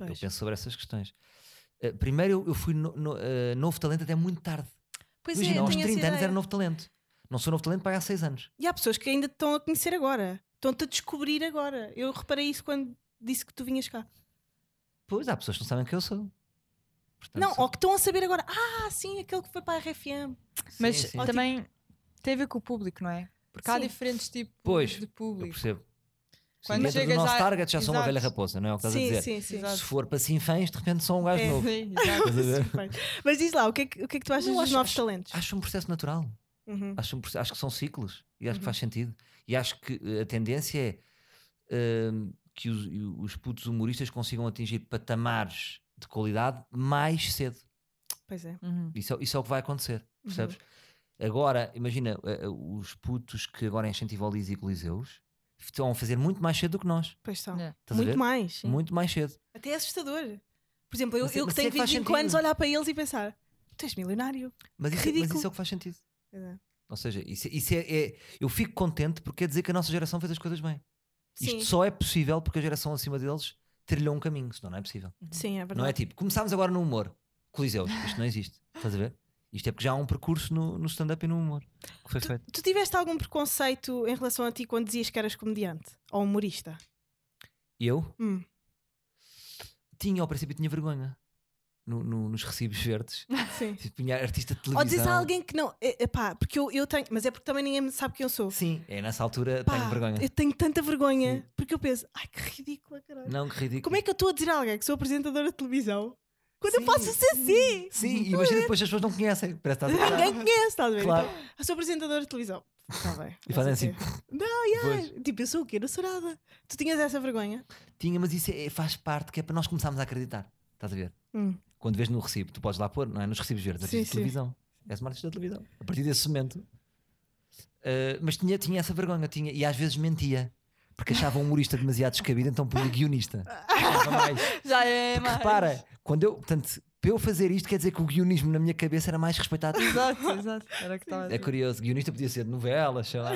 Eu
Pois.
penso sobre essas questões. Eh, primeiro, eu, eu fui no- no- eh, novo talento até muito tarde.
Pois é,
Imagina,
eu
aos
tenho
30
essa
anos
ideia.
era novo talento. Não sou novo talento para aí há 6 anos.
E há pessoas que ainda te estão a conhecer agora, estão-te a descobrir agora. Eu reparei isso quando disse que tu vinhas cá.
Pois, há pessoas que não sabem quem eu sou. Portanto,
não,
sou-
ou que estão a saber agora, ah, sim, aquele que foi para a RFM.
sim,
Mas
sim.
também tem a ver com o público, não é? Porque há
Sim.
diferentes tipos
Pois,
de
Eu
público.
percebo.
Quando
Sim, dentro do
chegas
nosso
à-
target já sou uma
Exato.
velha raposa, não é o que estás a
Sim,
dizer?
sim, sim.
Exato.
Se for para sinfãs, de repente sou um gajo
É, *laughs*
novo.
sim, exato.
Estás a ver?
Super. Mas diz lá, o que é que, o que, é que tu achas
Não,
dos
acho-
novos
acho-
talentos?
Acho um processo natural.
Uhum.
Acho, um proce- acho que são ciclos e acho
Uhum.
que faz sentido. E acho que eh, a tendência é ehm, que os, e os putos humoristas consigam atingir patamares de qualidade mais cedo.
Pois é.
Uhum.
Isso, é- isso é o que vai acontecer, percebes? Agora, imagina, eh, eh, os putos que agora é incentivam o e Coliseus estão a fazer muito mais cedo do que nós.
Pois são.
Yeah.
Estás a
Muito
ver?
mais. sim.
Muito mais cedo.
Até é assustador. Por exemplo, eu,
Mas é-
eu que
mas é
tenho
que faz
25
sentido.
anos olhar para eles e pensar: tu és milionário.
Mas
Que
isso, é- mas
ridículo.
isso é o que faz sentido.
Pois é.
Ou seja, isso, isso é, é- Eu fico contente porque quer dizer que a nossa geração fez as coisas bem.
Sim,
Isto só é possível porque a geração acima deles trilhou um caminho, senão não é possível.
sim, é verdade.
Não é tipo, começámos agora no humor, Coliseus, isto não existe, estás a ver? Isto é porque já há um percurso no, no stand-up e no humor que foi feito.
Tu tiveste algum preconceito em relação a ti quando dizias que eras comediante ou humorista?
E eu
Hum.
tinha, ao princípio, tinha vergonha no- no- nos recibos
*laughs*
verdes. *laughs*
Sim.
Tipo, Tinha artista de televisão.
ou dizes a alguém que não. é- Epá, porque eu, eu tenho. Mas é porque também ninguém me sabe quem eu sou.
Sim, é nessa altura
Pá,
tenho vergonha.
Eu tenho tanta vergonha
Sim.
porque eu penso: ai que ridícula, caralho.
Não, que ridículo.
Como é que eu estou a dizer a alguém que sou apresentadora de televisão quando eu
Sim.
posso ser assim?
Sim, imagina depois as pessoas não conhecem. Parece que estás a
Ninguém conhece, estás a ver?
Claro.
Então, eu sou apresentadora de televisão. Está bem.
E fazem
Mas,
assim.
ok. Não, yeah.
Pois.
Tipo, eu sou o quê? Não sou nada. Tu tinhas essa vergonha?
Tinha, mas isso é- faz parte, que é para nós começarmos a acreditar. Estás a ver?
Hum.
Quando vês no recibo, tu podes lá pôr, não é? Nos recibos verdes,
Sim,
artista de
sim.
televisão. És uma artista de televisão. A partir desse momento. Uh, mas tinha, tinha essa vergonha, tinha, e às vezes mentia. Porque achava um humorista demasiado descabido, então punha guionista. Achava
*laughs*
mais.
Já é
*laughs* Porque
mais.
repara, quando eu, portanto, para eu fazer isto, quer dizer que o guionismo na minha cabeça era mais respeitado.
Exato, exato. Era o que estava a
É
dizer.
curioso, guionista podia ser de novelas, sei
*laughs*
lá.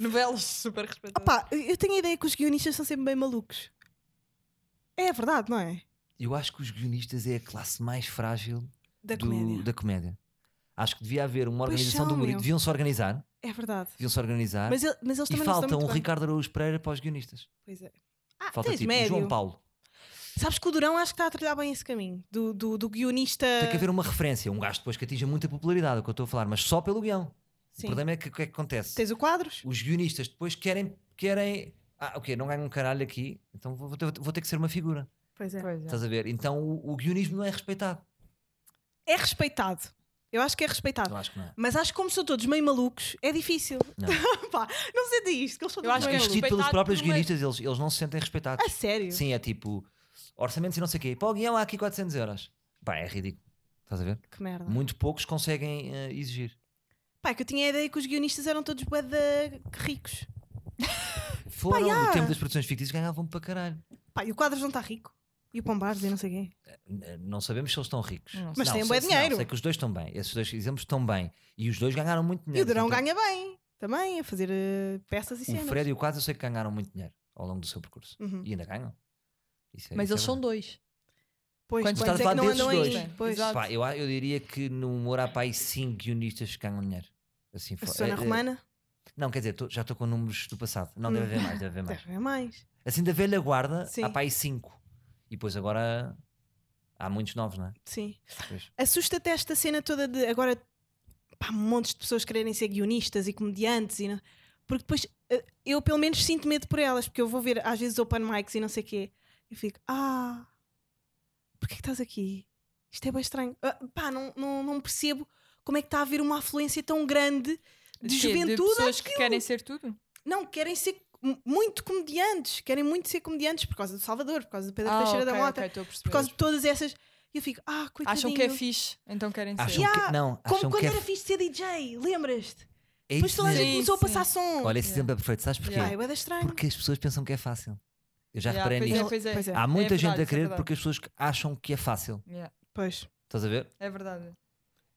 Novelas super respeitadas.
Opa, eu tenho a ideia que os guionistas são sempre bem malucos. É verdade, não é?
Eu acho que os guionistas é a classe mais frágil
Da
do-
comédia.
da comédia. Acho que devia haver uma
Pois
organização do
são,
humorista.
meu.
Deviam se organizar.
É verdade.
Deviam se organizar.
Mas, ele- mas eles
e
também não
falta
são
um
muito bem.
Ricardo Araújo Pereira para os guionistas.
Pois é. Ah,
Falta
tens
tipo
médio.
João Paulo.
Sabes que o Durão acho que está a trilhar bem esse caminho. Do, do, do guionista.
Tem que haver uma referência, um gajo depois que atinja muita popularidade, é o que eu estou a falar, mas só pelo guião. O
Sim.
problema é que o que é que acontece?
Tens o quadros?
Os guionistas depois querem. querem ah, ok, não ganho um caralho aqui, então vou, vou ter, vou ter que ser uma figura.
Pois é.
Pois é.
Estás a ver? Então o, o guionismo não é respeitado.
É respeitado. Eu acho que é respeitado.
Eu acho que não é.
Mas acho que como são todos meio malucos, é difícil.
Não.
*laughs* Pá, não sei dizer isto, que é eles são
Eu
todos meio
acho que isto-
malucos.
Vestido é pelos
respeitado
próprios
por uma-
guionistas, eles, eles não se sentem respeitados.
A sério?
Sim, é tipo orçamentos e não sei o quê. Para o guião há aqui 400 euros. Pá, é ridículo. Estás a ver?
Que merda.
Muito poucos conseguem eh, exigir.
Pá, é que eu tinha a ideia que os guionistas eram todos bué de ricos.
Foram,
já.
no tempo das produções fictícias ganhavam para caralho.
Pá, e o quadros não está rico. E o Pombares e não sei quem.
N- Não sabemos se eles estão ricos.
Não
Mas
não,
têm
sei-
bué
não,
dinheiro.
sei que os dois estão bem. Esses dois exemplos estão bem. E os dois ganharam muito dinheiro.
E o Durão
Então,
ganha bem também, a fazer eh, peças e
O
cenas.
Um Fred e o Quadros eu sei que ganharam muito dinheiro ao longo do seu percurso.
Uhum.
E ainda ganham. Isso é-
Mas
isso é
eles são
verdade.
dois.
Pois,
Quando
pois
estás
é
lá
que não
desses
andam aí.
dois.
Pois.
Exato.
Pá, eu, a- eu diria que no humor há pá aí 5 guionistas que ganham dinheiro. Assim,
A
fo-
Susana
eh, eh,
Romana.
Não, quer dizer, tô- já estou com números do passado. Não, deve
Hum.
haver mais, deve haver mais.
*laughs* Deve haver mais.
Assim, da velha guarda,
Sim.
há pá aí 5. E depois agora há muitos novos, não é?
Sim.
Pois.
Assusta-te esta cena toda de agora pá, montes de pessoas quererem ser guionistas e comediantes e não- porque depois eh, eu pelo menos sinto medo por elas, porque eu vou ver às vezes open mics e não sei o quê e fico, ah, porquê que estás aqui? Isto é bem estranho. Ah, pá, não, não, não percebo como é que está a haver uma afluência tão grande de
quê?
juventude.
pessoas que querem ser tudo.
Não, querem ser mu- muito comediantes, querem muito ser comediantes por causa do Salvador, por causa do Pedro
Ah,
Teixeira da
ok,
Mota,
ok, estou a perceber.
por causa de todas essas. E eu fico, ah, coitadinho.
Acham que é fixe, então querem ser.
Acham
Yeah,
que, não,
Como
acham
quando
que é
era
f-
fixe ser DJ, lembras-te?
é
Depois
isso
toda a
mesmo.
gente
Sim,
começou a
sim.
passar som.
Olha, esse
Yeah.
exemplo é perfeito. Sabes porquê?
Ai, é bué da estranho.
Porque as pessoas pensam que é fácil. Eu já
Yeah,
reparei
pois é,
nisso.
pois é.
Pois é.
Há muita
É
gente
verdade,
a
isso é
querer
verdade.
porque as pessoas que acham que é fácil.
Yeah,
Pois.
Estás a ver?
É verdade.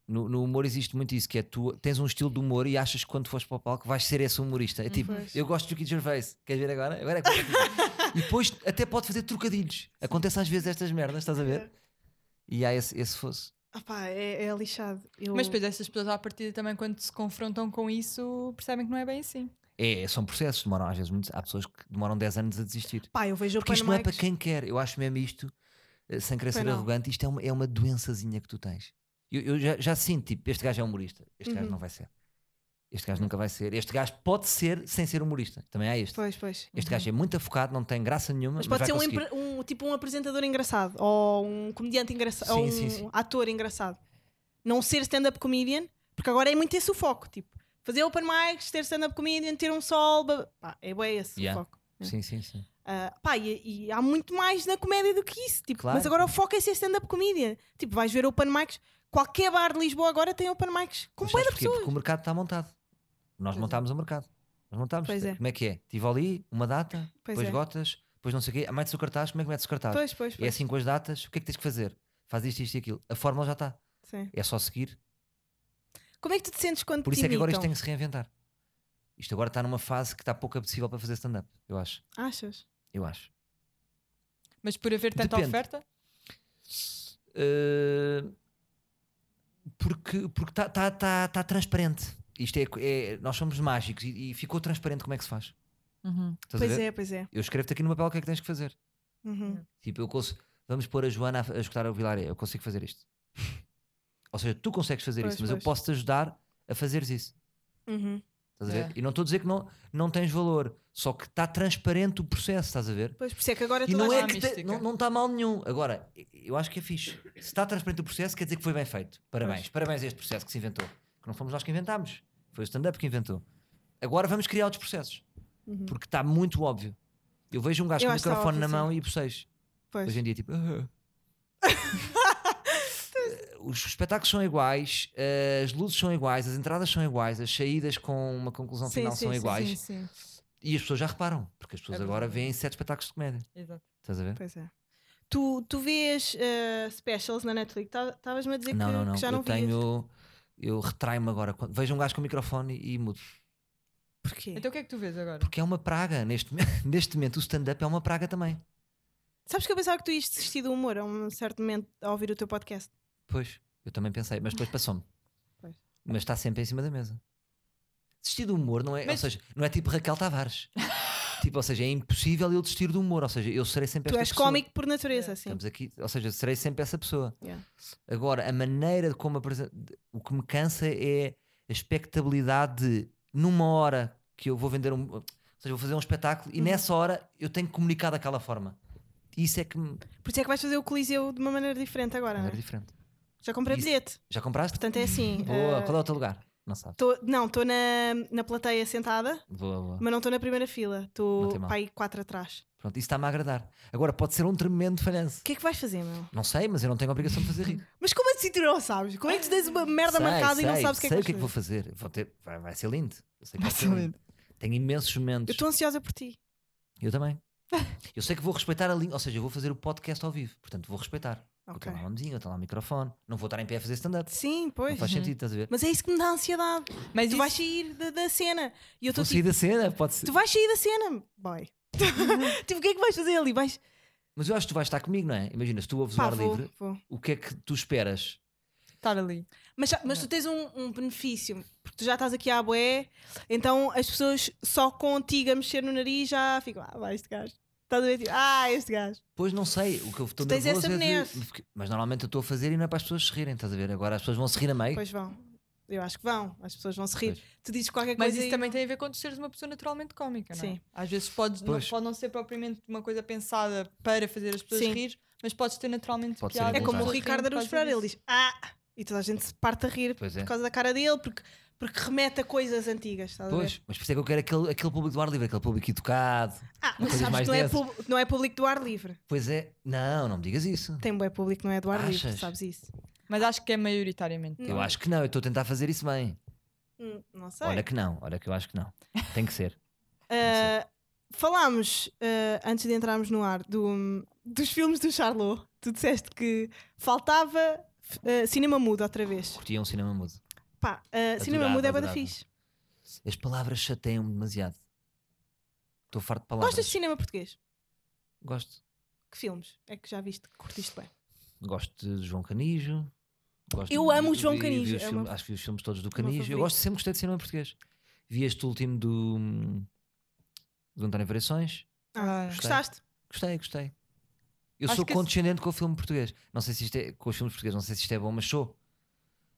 No, no humor existe muito isso, que é tu tens um estilo de humor e achas que quando fores para o palco vais ser esse humorista. É tipo,
Pois.
eu gosto do Kid Gervais, queres ver agora? Agora é
*laughs*
contigo. E depois até pode fazer trocadilhos. Acontece às vezes estas merdas, estás a
É.
ver? E há esse, esse fosse.
Ah pá, é, é lixado. Eu-
Mas depois essas pessoas à partida também, quando se confrontam com isso, percebem que não é bem assim.
É, são processos, demoram às vezes muito. Há pessoas que demoram 10 anos a desistir.
Pá, eu vejo o
Porque
Open
isto não é para
Mics.
quem quer. Eu acho mesmo isto, eh, sem querer
Pois
ser
não.
arrogante, isto é uma, é uma doençazinha que tu tens. Eu, eu já, já sinto, tipo, este gajo é humorista. Este gajo
Uhum.
não vai ser. Este gajo nunca vai ser. Este gajo pode ser sem ser humorista. Também há este.
Pois, pois.
Este gajo é muito afocado, não tem graça nenhuma.
Mas
Mas,
pode
vai
ser um,
conseguir.
empre- um- tipo um apresentador engraçado, ou um comediante engraçado, ou um
Sim, sim, sim.
ator engraçado. Não ser stand-up comedian, porque agora é muito esse o foco, tipo, fazer open mics, ter stand-up comedian, ter um sol, ba- pá, é bem esse
Yeah.
o foco.
Sim, sim, sim.
Ah, pá, e, e há muito mais na comédia do que isso, tipo,
Claro.
mas agora o foco é ser stand-up comedian. Tipo, vais ver open mics, qualquer bar de Lisboa agora tem open mics, com
Mas
bué
sabes
de
porquê?
pessoas.
Porque o mercado está montado. Nós
Pois é.
montámos o mercado. Nós montámos.
Pois é.
Como é que é? Tivoli, uma data,
Pois
depois
é.
gotas, depois não sei o quê. Ah, Metes o cartaz, como é que metes o cartaz?
Pois, pois,
É
pois.
assim com as datas, o que é que tens que fazer? Faz isto, isto e aquilo. A fórmula já está.
Sim.
É só seguir.
Como é que tu te sentes quando
Por
te
isso é que agora isto tem
imitam?
que se reinventar. Isto agora está numa fase que está pouco apetecível para fazer stand-up, eu acho.
Achas?
Eu acho.
Mas por haver tanta
Depende.
oferta,
Eh, porque está porque tá, tá, tá, tá transparente. Isto é, é- nós somos mágicos e, e ficou transparente como é que se faz.
Uhum.
Estás a
Pois
ver?
é, pois é.
Eu escrevo-te aqui no papel o que é que tens que fazer.
Uhum.
Tipo, eu consigo, vamos pôr a Joana a, a escutar o Vilaré, eu consigo fazer isto. *laughs* Ou seja, tu consegues fazer
Pois,
isso, mas eu
pois.
posso te ajudar a fazeres isso.
Uhum.
Estás a ver?
É.
E não estou a dizer que não, não tens valor, só que está transparente o processo, estás a ver?
Pois, por isso é que agora
E
toda a
não é
lá
que
a
te-
mística.
não não está mal nenhum. Agora, eu acho que é fixe. Se está transparente o processo, quer dizer que foi bem feito. Parabéns, parabéns a este processo que se inventou. Que não fomos nós que inventámos, foi o stand-up que inventou. Agora vamos criar outros processos,
Uhum.
porque está muito óbvio. Eu vejo um gajo
Eu
com o
acho que está
microfone na
óbvio,
mão e vocês.
Pois.
Hoje em dia, tipo.
*laughs*
"Ah." Eh, Os espetáculos são iguais, eh, as luzes são iguais, as entradas são iguais, as saídas com uma conclusão
Sim,
final
sim,
são
sim,
iguais.
Sim, sim.
E as pessoas já reparam, porque as pessoas
É
agora
verdade.
veem sete espetáculos de comédia.
Exato.
Estás a ver?
Pois é. Tu, tu vês eh, specials na Netflix? Estavas-me a dizer
não,
que,
não, não.
que já não
eu
vias.
tenho. Eu retraio-me agora. Quando Vejo um gajo com o microfone e mudo.
Porquê?
Então o que é que tu vês agora?
Porque é uma praga. Neste, momento- *laughs* neste momento, o stand-up é uma praga também.
Sabes que eu pensava que tu ias desistir do humor a um certo momento ao ouvir o teu podcast.
Pois, eu também pensei, mas depois passou-me.
Pois.
Mas está sempre em cima da mesa. Desistir do humor não é.
Mas-
Ou seja, não é tipo Raquel
*laughs*
Tavares. tipo, ou seja, é impossível eu desistir do humor. Ou seja, eu serei sempre
tu
esta
és
pessoa.
cómico por natureza,
Yeah.
assim.
Estamos aqui, ou seja, serei sempre essa pessoa.
Yeah.
Agora, a maneira de como apresenta, o que me cansa é a expectabilidade de numa hora que eu vou vender um, ou seja, vou fazer um espetáculo e
Uhum.
nessa hora eu tenho que comunicar daquela forma. Isso é que me
Por isso é que vais fazer o Coliseu de uma maneira diferente agora, não
é
é?
diferente.
Já comprei
Isso-
bilhete.
Já compraste?
Portanto, é assim.
Boa,
eh,
qual é o teu lugar? Não sabes.
tô- não, estou na, na plateia sentada,
Boa, boa.
mas não estou na primeira fila.
Não
Estou
tem mal.
para aí quatro atrás.
Pronto, isso está-me a agradar. Agora pode ser um tremendo falhanço.
O que é que vais fazer, meu?
Não sei, mas eu não tenho a obrigação de fazer rir.
Mas como assim tu não sabes? Como é que tu tens uma *laughs* merda
Sei,
marcada e não
sei,
sabes o que é que
sei
vais
o que é que vou
fazer?
fazer. Vou ter... vai, vai ser lindo. Eu sei que vai ser lindo. Tenho imensos
Eu
momentos.
estou ansiosa por ti. *laughs*
Eu também. Eu sei que vou respeitar a linha, ou seja, eu vou fazer o podcast ao vivo, portanto vou respeitar. Eu
Ok.
tenho lá um vizinho, eu tenho lá um microfone, não vou estar em pé a fazer stand-up.
Sim,
Não
pois.
faz sentido, estás a ver?
Mas é isso que me dá ansiedade.
Mas
tu
isso-
vais sair da, da cena. E eu estou
Vou
tipo,
sair da cena, pode ser.
tu vais sair da cena.
*laughs*
Boy. *laughs* tipo, o que é que vais fazer ali? Vais.
Mas eu acho que tu vais estar comigo, não é? Imagina, se tu ouves o
Pá,
ar
vou,
livre,
vou.
o que é que tu esperas?
estar ali.
Mas, já- mas tu tens um, um benefício, porque tu já estás aqui à boé, então as pessoas só contigo a mexer no nariz já ficam, ah, vai este gajo. Estás a ver? Tipo, ah, este gajo.
Pois não sei, o que eu estou
Tu tens
nervoso
essa
é de-
benesse.
de ficar- Mas normalmente eu estou a fazer e não é para as pessoas se rirem, estás a ver? Agora as pessoas vão se rir a meio.
Pois vão. Eu acho que vão, as pessoas vão se rir.
Pois.
Tu dizes qualquer
Mas
coisa.
isso
e-
também tem a ver com tu seres uma pessoa naturalmente cómica, não é?
Sim.
Às vezes podes, não,
Pois.
pode não ser propriamente uma coisa pensada para fazer as pessoas
Sim.
rir, mas podes ter naturalmente
Pode ser
piada.
É
Sim,
como o
sim.
Ricardo Araújo Pereira, ele diz, ah, e toda a gente se parte a rir
Pois é.
por causa da cara dele, porque, porque remete a coisas antigas, estás a ver?
Pois, mas por isso é que eu quero aquele, aquele público do ar livre, aquele público educado.
Ah,
Uma
mas
coisa
sabes
mais
que não é,
densa.
pub- não é público do ar livre.
Pois é, não, não me digas isso.
Tem bué público, que não é do ar livre,
Achas?
sabes isso?
Mas acho que é maioritariamente.
Eu acho que não, eu estou a tentar fazer isso bem.
Hum, não sei.
Olha que não, olha que eu acho que não. Tem que ser.
Uh, falámos, uh, antes de entrarmos no ar, do- dos filmes do Charlot. Tu disseste que faltava uh, cinema mudo outra vez.
Curtia um cinema mudo.
Pá, uh, cinema
Adorava,
mudo é bada
adorava.
fixe.
As palavras chateiam-me demasiado. Estou farto de palavras.
Gostas de cinema português?
Gosto.
Que filmes é que já viste que curtiste bem?
Gosto de João Canijo. Gosto
Eu
de-
amo o João
vi-
Canijo,
vi os
é o
filmes-
meu-
acho que vi os filmes todos do
meu
Canijo. Eu
favorito.
gosto, sempre gostei de cinema português. Vi este último do, hum, do António Variações.
Ah,
Gostei.
Gostaste?
Gostei, gostei. Eu
Acho
sou
que esse-
condescendente com o filme português. Não sei se isto é com os filmes portugueses, não sei se isto é bom, mas sou.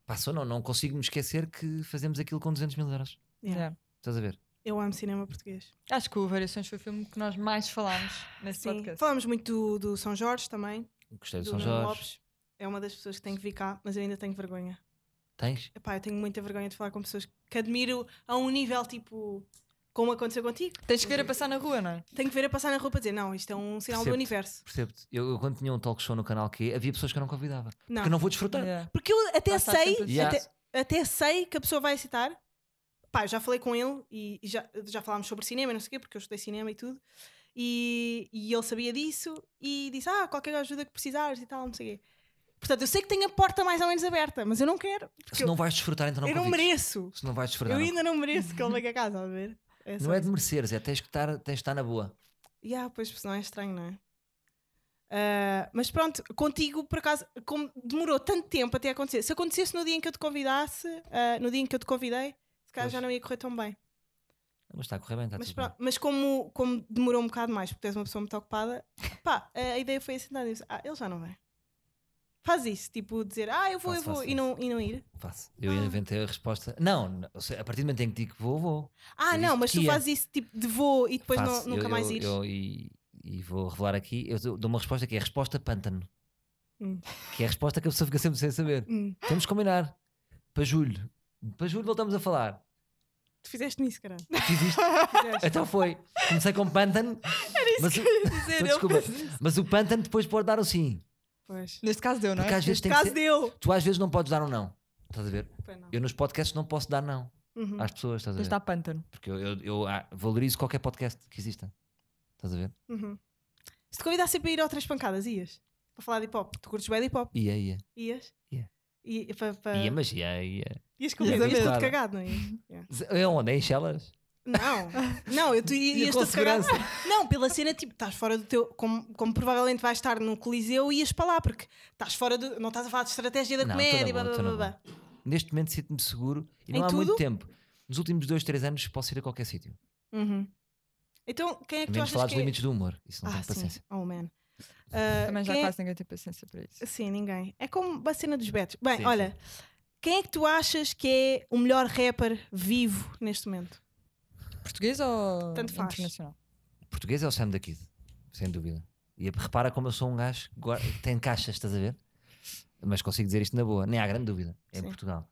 Passou, não, não consigo me esquecer que fazemos aquilo com 200 mil euros.
Yeah.
yeah.
Estás a ver?
Eu amo cinema português.
Acho que o Variações foi o filme que nós mais falámos nesse
Sim.
podcast.
Falámos muito do, do São Jorge também,
Gostei do
do
São
Nuno
Jorge.
Lopes. É uma das pessoas que tem que vir cá, mas eu ainda tenho vergonha.
Tens?
Epá, eu tenho muita vergonha de falar com pessoas que admiro a um nível tipo como aconteceu contigo.
Tens que ver a passar na rua, não é?
Tenho que ver a passar na roupa dizer, não, isto é um sinal do
Percebo-te.
universo.
Percebo-te. Eu, eu quando tinha um talk show no canal que havia pessoas que eu não convidava.
Não.
Porque eu não vou desfrutar.
Yeah.
Porque eu Ah. até
Lá está
sei,
sempre a
Yeah.
dizer-
até sei que a pessoa vai aceitar. Pá, eu já falei com ele e, e já, já falámos sobre cinema, e não sei o quê, porque eu estudei cinema e tudo. E, e ele sabia disso e disse: Ah, qualquer ajuda que precisares e tal, não sei o quê. Portanto, eu sei que tenho a porta mais ou menos aberta, mas eu não quero. Porque
Se
eu
não vais desfrutar, então não
eu não
convides.
mereço.
Se não vais desfrutar,
Eu
não
ainda não mereço que ele venha a casa, a
*laughs*
ver? É só
Não é de mereceres, é tens que estar, tens de estar na boa.
Yeah, pois, porque senão é estranho, não é? Ah, mas pronto, contigo, por acaso, como demorou tanto tempo até acontecer. Se acontecesse no dia em que eu te convidasse, ah, no dia em que eu te convidei, se calhar
Pois.
já não ia correr tão bem.
Mas está a correr bem, está
Mas,
tudo bem.
pronto, mas como, como demorou um bocado mais, porque tu és uma pessoa muito ocupada, pá, a ideia foi assentada. Ah, ele já não vem. Faz isso, tipo, dizer, ah, eu vou,
Faço,
eu vou,
faço,
e não, e não ir.
Faço. Eu
Ah.
inventei a resposta. Não, não, ou seja, a partir do momento em que digo que vou, vou.
Ah,
Eu
não,
disse
mas
que
tu
ia.
fazes isso, tipo, de vou e depois não-
Faço. Eu-
nunca mais
eu,
ires.
eu- e, e vou revelar aqui, eu dou dou uma resposta que é a resposta pântano.
Hum.
Que é a resposta que a pessoa fica sempre sem
*laughs*
saber.
Hum,
Temos de combinar. Para julho. Para julho voltamos a falar.
tu fizeste-me isso,
*laughs*
caralho.
Fiz
*laughs*
isto.
Fizeste.
então foi. Comecei com pântano. mas, o-
Dizer,
então,
ele
desculpa,
fez isso.
mas o pântano depois pode dar o sim.
Pois.
Neste caso deu, não é?
Porque às vezes
Neste
tem que
caso
ser-
deu.
Tu às vezes não podes dar um não. Estás a ver?
Pois não.
Eu nos podcasts não posso dar não
Uhum.
às pessoas, estás a ver?
Mas dá pântano.
Porque eu, eu- eu, ah, valorizo qualquer podcast que exista. Estás a ver?
Uhum. Se te convidassem para ir ao Três Pancadas, ias? Para falar de hip hop? Tu curtes bem de hip hop?
Ia, ia.
Ias?
Ia.
I- pa- pa-
Ia, mas ia, ia.
Ias com
ia,
ias
ia,
tudo
claro.
cagado, não ias? Yeah.
Z- É onde? É em Chelas?
*laughs*
Não, não, eu tu, i-
Ia
ias
com
tudo cagado.
segurança.
Não, pela cena, tipo, estás fora do teu. Como, como provavelmente vais estar no Coliseu, ias para lá, porque estás fora do. Não estás a falar de estratégia da
Não, tô na
comédia,
boa,
blá blá
tô na
blá blá.
Neste momento sinto-me seguro e
Em
não há muito
tudo?
tempo. Nos últimos dois, três anos posso ir a qualquer sítio.
Uhum. Então, quem é
A
que tu
menos falar
achas
dos
que. é-
limites do humor. Isso não
Ah,
tenho
sim.
paciência.
Oh, man. Ah,
Também já
quem é-
quase ninguém tem paciência para isso.
Sim, ninguém. É como a cena dos Betos. Bem,
Sim,
olha, quem é que tu achas que é o melhor rapper vivo neste momento?
Português ou
Tanto faz.
internacional?
Português é o Sam da Kid, sem dúvida. E é, repara como eu sou um gajo que guar- tem caixas, estás a ver? Mas consigo dizer isto na boa, nem há grande dúvida. É em
Sim.
Portugal.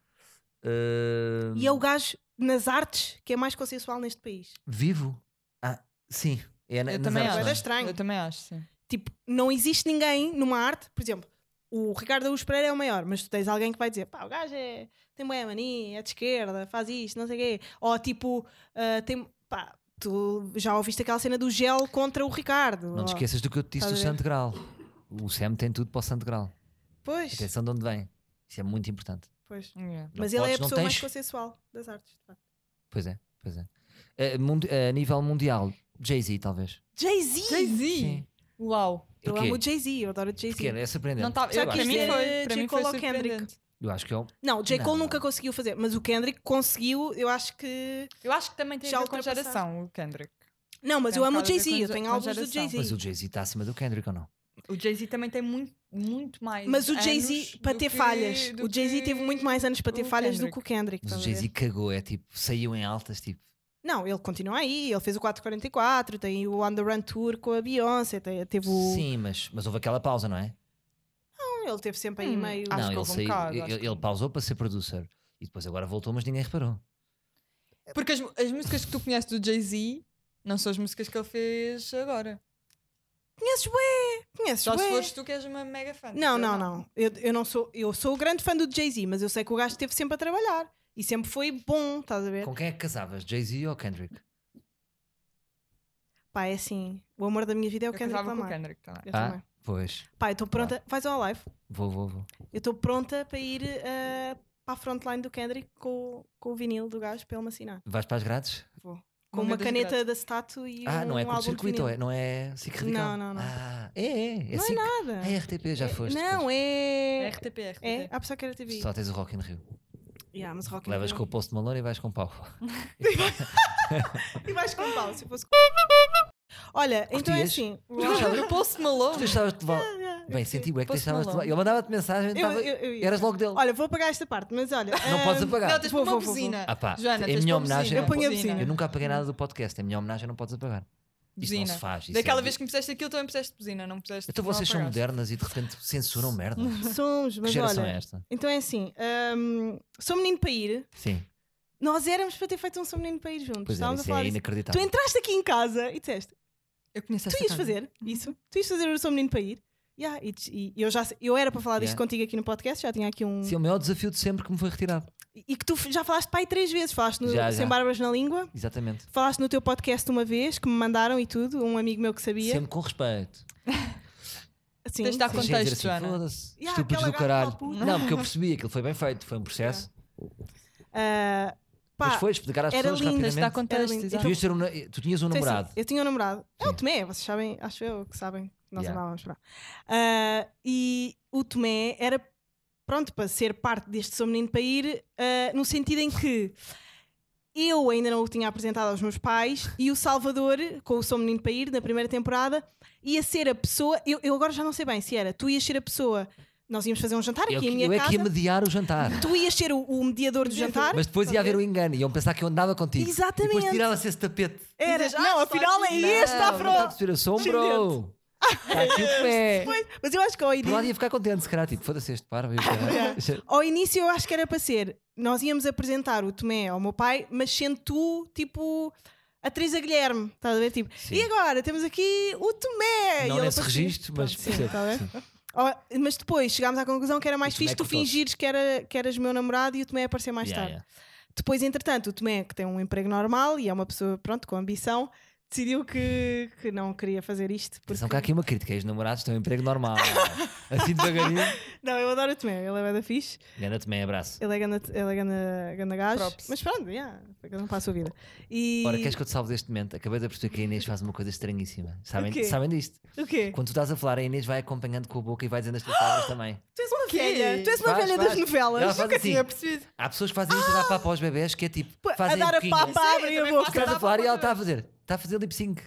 Ah,
E é o gajo nas artes que é mais consensual neste país.
Vivo? Ah, sim. É na,
Eu
nas
também
artes,
acho.
Mas
não
é
é?
estranho.
Eu também acho, sim.
Tipo, não existe ninguém numa arte, por exemplo, o Ricardo Araújo Pereira é o maior, mas tu tens alguém que vai dizer, pá, o gajo é, tem boa mania, é de esquerda, faz isto, não sei o quê. Ou tipo, ah, tem, pá, tu já ouviste aquela cena do gel contra o Ricardo.
Não te
ó.
esqueças do que eu te disse do
Estás a ver?
Santo Graal. O SEM tem tudo para o Santo Graal.
Pois,
Atenção de onde vem. Isso é muito importante.
pois.
Yeah.
Não
Mas ele é a
podes, não
pessoa mais
tens-
consensual das artes. de facto.
Pois é, pois é. A, mundi- a nível mundial, Jay-Z, talvez.
Jay-Z!
Jay-Z! Uau!
Eu
Porquê?
amo o Jay-Z, eu adoro o
Porque
Jay-Z.
é surpreendente.
Não tá,
Já
eu, para
quis
mim
dizer
foi, para mim
J.
foi
Cole ou Kendrick.
surpreendente.
Eu acho que é o.
Não, o J.
Não.
Cole nunca conseguiu fazer, mas o Kendrick conseguiu, eu acho que.
Eu acho que também tem
Já
a ver com
ultrapassado.
geração, o Kendrick.
Não, mas
Tem
eu
um
amo o
bocado a ver
Jay-Z,
com
eu
ge-
tenho
com
álbuns do
geração.
Jay-Z.
Mas o Jay-Z está acima do Kendrick ou não?
O Jay-Z também tem muito, muito mais.
Mas o
anos
Jay-Z, para
do
ter
que-
falhalas,
do
o Jay-Z
que
teve muito mais anos para ter
o
falhas do
Kendrick.
que o Kendrick.
Mas o
estás a ver?
Jay-Z cagou, é tipo, saiu em altas, tipo.
Não, ele continua aí, ele fez o 444, tem o On The Run Tour com a Beyoncé, tem- teve o.
Sim, mas, mas houve aquela pausa, não é?
Não, ele teve sempre aí
Hum,
meio.
acho
não,
que
ele
houve um bocado,
ele,
acho que-
ele pausou para ser producer e depois agora voltou, mas ninguém reparou.
Porque as, as músicas que tu conheces do Jay-Z não são as músicas que ele fez agora.
Conheces bué! Conheces
Só se
bué!
fores tu que és uma mega fã.
Não,
sei
não,
lá.
não. Eu, eu não sou, eu sou o grande fã do Jay-Z, mas eu sei que o gajo esteve sempre a trabalhar e sempre foi bom, estás a ver?
Com quem é que casavas? Jay-Z ou Kendrick?
Pá, é assim, o amor da minha vida é o
Eu
Kendrick
casava com o
Lamar.
Kendrick também.
Eu
Ah.
também.
Pois.
Pá, eu estou pronta, faz uma live.
Vou, vou, vou.
Eu estou pronta para ir ah, para a frontline do Kendrick com, o- com o vinil do gajo para ele me assinar.
Vais para as grades?
Com
Uma
uma
grande
caneta
grade.
da Stato e
ah,
um
não é
álbum de
curto-circuito, ou
vinil.
é, não é SIC radical?
Não, não, não.
Ah, é, é. É,
Não é
SIC.
nada.
Ah, é RTP, já foste.
Não, é.
RTP, RTP.
É, ah, pessoal que era TV.
Só tens o Rock in Rio.
Yeah, mas Rock in
Levas
Rio.
com o Post Malone e vais com o pau.
E vais com pau,
*laughs*
se fosse. Olha, então é
Curtias?
assim.
Uau, *laughs* eu posso
Tu
Malone.
deixavas de levar. Bem, senti o é que
Post
deixavas de levar.
Malone.
Ele mandava-te mensagem,
Eu,
tava-
eu- eu ia.
eras logo dele.
Olha, vou apagar esta parte, mas olha.
Não
ah,
podes apagar.
Não, tens
Vou,
uma
vou, vou,
buzina.
Ah pá,
Joana,
em
tens
minha
uma buzina.
homenagem-
Eu ponho a buzina.
Eu nunca apaguei nada do podcast. A minha homenagem não podes apagar. Isso não
Buzina.
se faz. isso
Daquela
é-
vez que me puseste aquilo, também puseste buzina, não um puseste.
Então
não
vocês são
apagaste.
modernas e de repente censuram merda.
Somos,
que
*laughs* mas
geração é
olha.
esta?
Então é assim. ahm, sou menino para ir.
Sim,
Nós éramos para ter feito um Sou Menino para ir juntos.
pois é,
Estávamos a
isso
falar
é
disso. Tu
inacreditável.
entraste aqui em casa e disseste:
Eu
Tu
conheço essa
*laughs*
ias
casa.
fazer isso? Tu ias fazer o Sou Menino para ir? Yeah, e, e eu, já, eu era para falar disto
Yeah.
contigo aqui no podcast, já tinha aqui um.
Sim, é o maior desafio de sempre que me foi retirado.
E que tu f- já falaste pai três vezes, falaste no
Já,
Sem
já.
Barbas na Língua,
Exatamente.
falaste no teu podcast uma vez, que me mandaram e tudo, um amigo meu que sabia.
Sempre com respeito.
Sim.
Tens de dar
Sem
Contexto,
dizer assim,
Joana.
foda-se,
Ya,
estúpidos
aquela
do
gata
caralho.
lá puta.
Não,
*laughs*
porque eu percebi, aquilo foi bem feito, foi um processo.
Ah, pá,
Mas foi explicar às
era
pessoas
lindo.
Tens de dar
rapidamente.
Era
contexto.
lindo.
exato.
Tu, ias ter um na- tu tinhas um
então é assim,
namorado.
eu tinha um namorado. É o
Sim.
Tomé, vocês sabem, acho eu que sabem, que nós
Yeah.
amávamos para. Ah, e o Tomé era pronto para ser parte deste Sou Menino para ir, ah, no sentido em que eu ainda não o tinha apresentado aos meus pais e o Salvador, com o Sou Menino para ir, na primeira temporada, ia ser a pessoa. Eu, eu agora já não sei bem se era, tu ias ser a pessoa. Nós íamos fazer um jantar aqui
eu
em
que-
minha
eu é
casa.
que ia mediar o jantar.
Tu ias ser o, o mediador do jantar.
Mas depois ia haver um engano, iam pensar que eu andava contigo. E
Exatamente.
depois tirava-se esse tapete.
Era,
Dizes, "Ah,
não,
só
afinal é
aqui."
este, está
Não, não
Não está a
pronto.
perceber, eu sou um
*laughs*
bro. Está aqui o pé.
É. Mas eu acho que ao
Por um lado
início,
ia ficar contente, se calhar, tipo, foda-se este
*laughs*
parvo. e o
Yeah.
caralho.
ao início eu acho que era para ser. Nós íamos apresentar o Tomé ao meu pai, mas sendo tu, tipo, a Teresa Guilherme. Estás a ver? Tipo,
Sim.
e agora temos aqui o Tomé. É, E
Não
ele
nesse
aparecia.
registro, mas
Sim, tá
percebo.
está a ver?
Sim.
Oh, mas depois chegámos à conclusão que era mais
O Tomé
fixe tu
cortou-se.
fingires que, era, que eras meu namorado e o Tomé aparecer mais
Yeah,
tarde.
yeah.
Depois, entretanto, o Tomé, que tem um emprego normal e é uma pessoa, pronto, com ambição, decidiu que, que não queria fazer isto.
Atenção, que há aqui uma crítica. Os namorados têm um emprego
*laughs*
normal. Assim devagarinho.
Não, eu adoro o Tomé, ele é da fixe.
Ganda-te bem, abraço.
Ele é ganda, ele é ganda, ganda gajo.
Props.
Mas pronto, yeah, cada um para a sua vida. E
Ora, queres que eu te salve deste momento? Acabei de perceber que a Inês faz uma coisa estranhíssima.
O
Sabem,
quê?
sabem disto?
o quê?
Quando tu estás a falar, a Inês vai acompanhando com a boca e vai dizendo as tuas
*gasps*
palavras também.
Tu és uma
quê?
velha, tu és uma
Faz,
velha das
faz. Ela
novelas.
faz assim.
percebido.
Há pessoas que fazem isto a dar papo aos bebés que é tipo,
Ah! Pô, A
fazem
dar a
boquinha.
papa,
Sim, eu
abre a
também
boca.
faço.
Estás a
Dá
falar
para
e ela está a fazer. Está a fazer lip sync.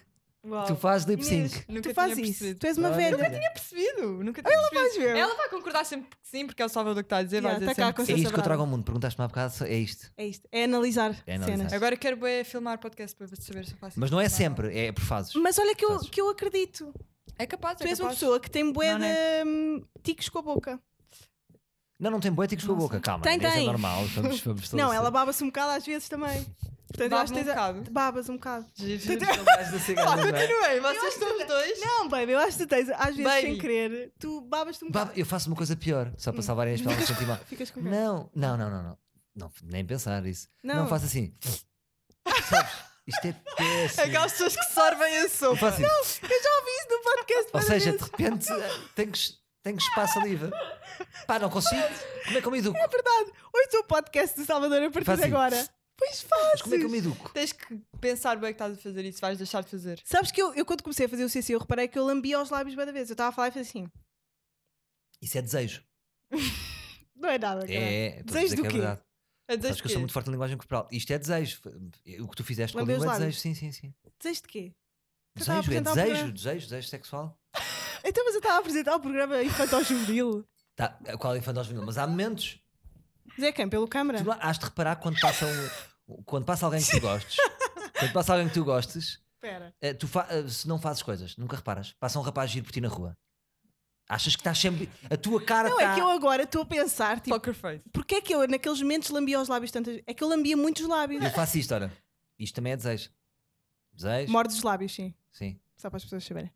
Tu fazes lip
Inês,
sync.
Nunca
tu
tinha
fazes isso,
percebido.
tu és uma
Olha,
velha.
olha.
Tinha percebido, nunca tinha ela
Vais ver.
Ela vai concordar sempre que sim, porque é o Salvador que está a dizer,
Yeah,
vai dizer
está cá
sempre
com
que
É
sim.
isto que eu
Verdade.
trago ao mundo. Perguntaste-me há bocado, é isto.
É isto, é analisar,
É analisar.
cenas.
Agora quero bué filmar podcast para ver- saber se eu faço
Mas
isso.
não é sempre, é por fases.
Mas olha que eu,
Fazes.
que eu acredito.
É capaz, é
tu és uma
capaz.
pessoa que tem bué
Não, não
de hum, ticos com a boca.
Não, não tem boéticos com a
Nossa.
boca, calma.
Tem,
Inês,
tem.
É normal. Vamos, vamos
não, ela
todos-
baba-se um bocado às vezes também. Portanto, eu
Baba
acho que
um
tens a-
bocado.
babas um bocado.
Giro, giro.
Pá,
Continuem, vocês estão os dois.
Não, baby, eu acho que tu tens, às vezes,
Baby.
sem querer, tu babas-te um
Baba,
bocado.
Eu faço uma coisa pior, só para salvarem as palavras sentir
*laughs*
mal.
Ficas com *laughs*
Não, não, não, não, não. Não, nem pensar isso. Não,
é? Não.
faço assim. Sabes? Isto é péssimo.
Aquelas pessoas que sorvem a
Eu
sopa.
faço isso.
Isso no podcast.
Ou
é
seja, de repente tenho que, tenho que chupar saliva. Pá, não consigo. Como é que eu me educo?
Ouça o podcast do Salvador a partir
Faz
de
assim.
agora. Pois faz.
Mas como é que eu me educo?
Tens que pensar bem que estás a fazer isso, vais deixar de fazer.
Sabes que eu, eu quando comecei a fazer o CC, eu reparei que eu lambia os lábios cada vez. Eu estava a falar e fiz assim:
Isso é desejo.
não é nada, cara.
É, é, estou a
Desejo
dizer
do
que é
quê?
verdade.
A dizer
Sabes que eu sou muito forte na linguagem corporal. Isto é desejo. O que tu fizeste com a
Lambei os
língua é
lábios.
desejo, sim, sim, sim.
Desejo de quê? Eu estava a
Desejo, é
apresentar o
desejo,
programa.
desejo, desejo sexual.
Então, mas eu estava a apresentar o programa Infantil Juvenil.
Tá, qual é infantil juvenil? Mas há momentos.
Zé quem? Pelo câmara?
Tu lá, has de reparar quando passa, um- quando passa alguém que tu gostes. quando passa alguém que tu gostes,
Espera.
eh, tu fa- eh, se não fazes coisas, nunca reparas. Passa um rapaz giro por ti na rua. Achas que estás sempre. A tua cara tá
Não,
está.
é que eu agora estou a pensar, tipo,
Poker face.
porquê é que eu naqueles momentos lambia os lábios tantas É que eu lambia muitos lábios.
Eu faço isto, ora. Isto também é desejo. Desejo?
Mordo os lábios, sim.
Sim,
Só para as pessoas saberem.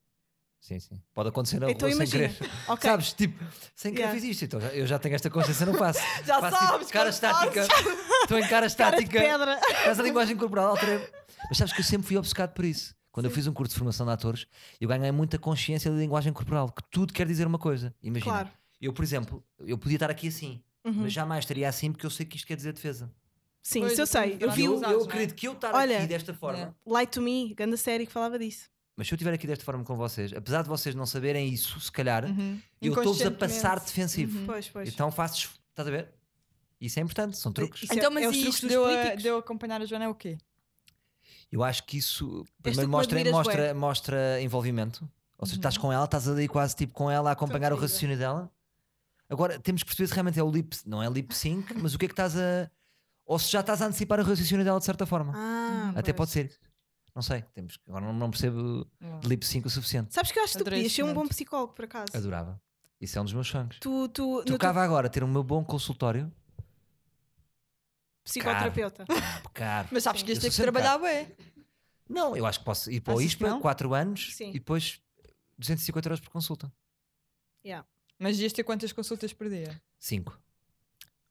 sim, sim. Pode acontecer na
Então
rua sem
imagina.
querer.
Ok.
Sabes, tipo, sem querer
Yeah.
fiz isto. Então já- eu já tenho esta consciência, não
*laughs*
faço.
Já
faço
sabes,
tipo, cara
quando sabes.
estática. Estou em cara
Cara de
estática.
pedra. *laughs*
Faz a linguagem corporal alterei. Mas sabes que eu sempre fui obcecado por isso. Quando eu fiz um curso de formação de atores, eu ganhei muita consciência da linguagem corporal, que tudo quer dizer uma coisa. Imagina.
Claro.
Eu, por exemplo, eu podia estar aqui assim,
Uhum.
mas jamais estaria assim porque eu sei que isto quer dizer defesa.
Sim,
Pois,
isso eu
isso é
sei. Eu
verdade.
vi
eu,
o
Viu?
eu acredito que eu estar
Olha, é.
aqui desta forma.
yeah.
Light to Me, grande série que falava disso.
Mas se eu estiver aqui desta forma com vocês, apesar de vocês não saberem isso, se calhar,
Uhum.
eu estou-vos a passar
Inconscientemente.
defensivo.
Pois, Uhum. pois.
Então faço. esf- Estás a ver? Isso é importante, são truques.
Isso é-
Então, mas
é os
e
truques
isto
dos
deu a,
políticos.
deu a acompanhar a Joana é o quê?
Eu acho que isso
que
primeiro
me
mostra,
admiras Uhum.
mostra, mostra envolvimento. Ou seja, estás com ela, estás ali quase tipo com ela a acompanhar o
querida.
raciocínio dela. Agora temos que perceber se realmente é o lip, não é lip sync, mas o que é que estás a. Ou se já estás a antecipar o raciocínio dela de certa forma.
Ah,
Até
pois.
pode ser. Não sei, temos que- agora não, não percebo de lip sync o suficiente.
Sabes que eu acho que tu
Adorei
podias
esse
ser um bom
momento.
psicólogo, por acaso.
Adorava. Isso é um dos meus sonhos.
Tu, tu, no teu
Tocava agora ter o meu bom
*laughs*
consultório.
psicoterapeuta.
Caro.
Mas sabes
Sim.
que isto
Eu
tem que
sou sempre
trabalhar bem.
Ah, Não, eu acho que posso ir para o
Achas que
ISPA,
não?
4 anos
Sim.
e depois 250 euros por consulta.
Mas ias ter quantas consultas por dia?
5.
Tá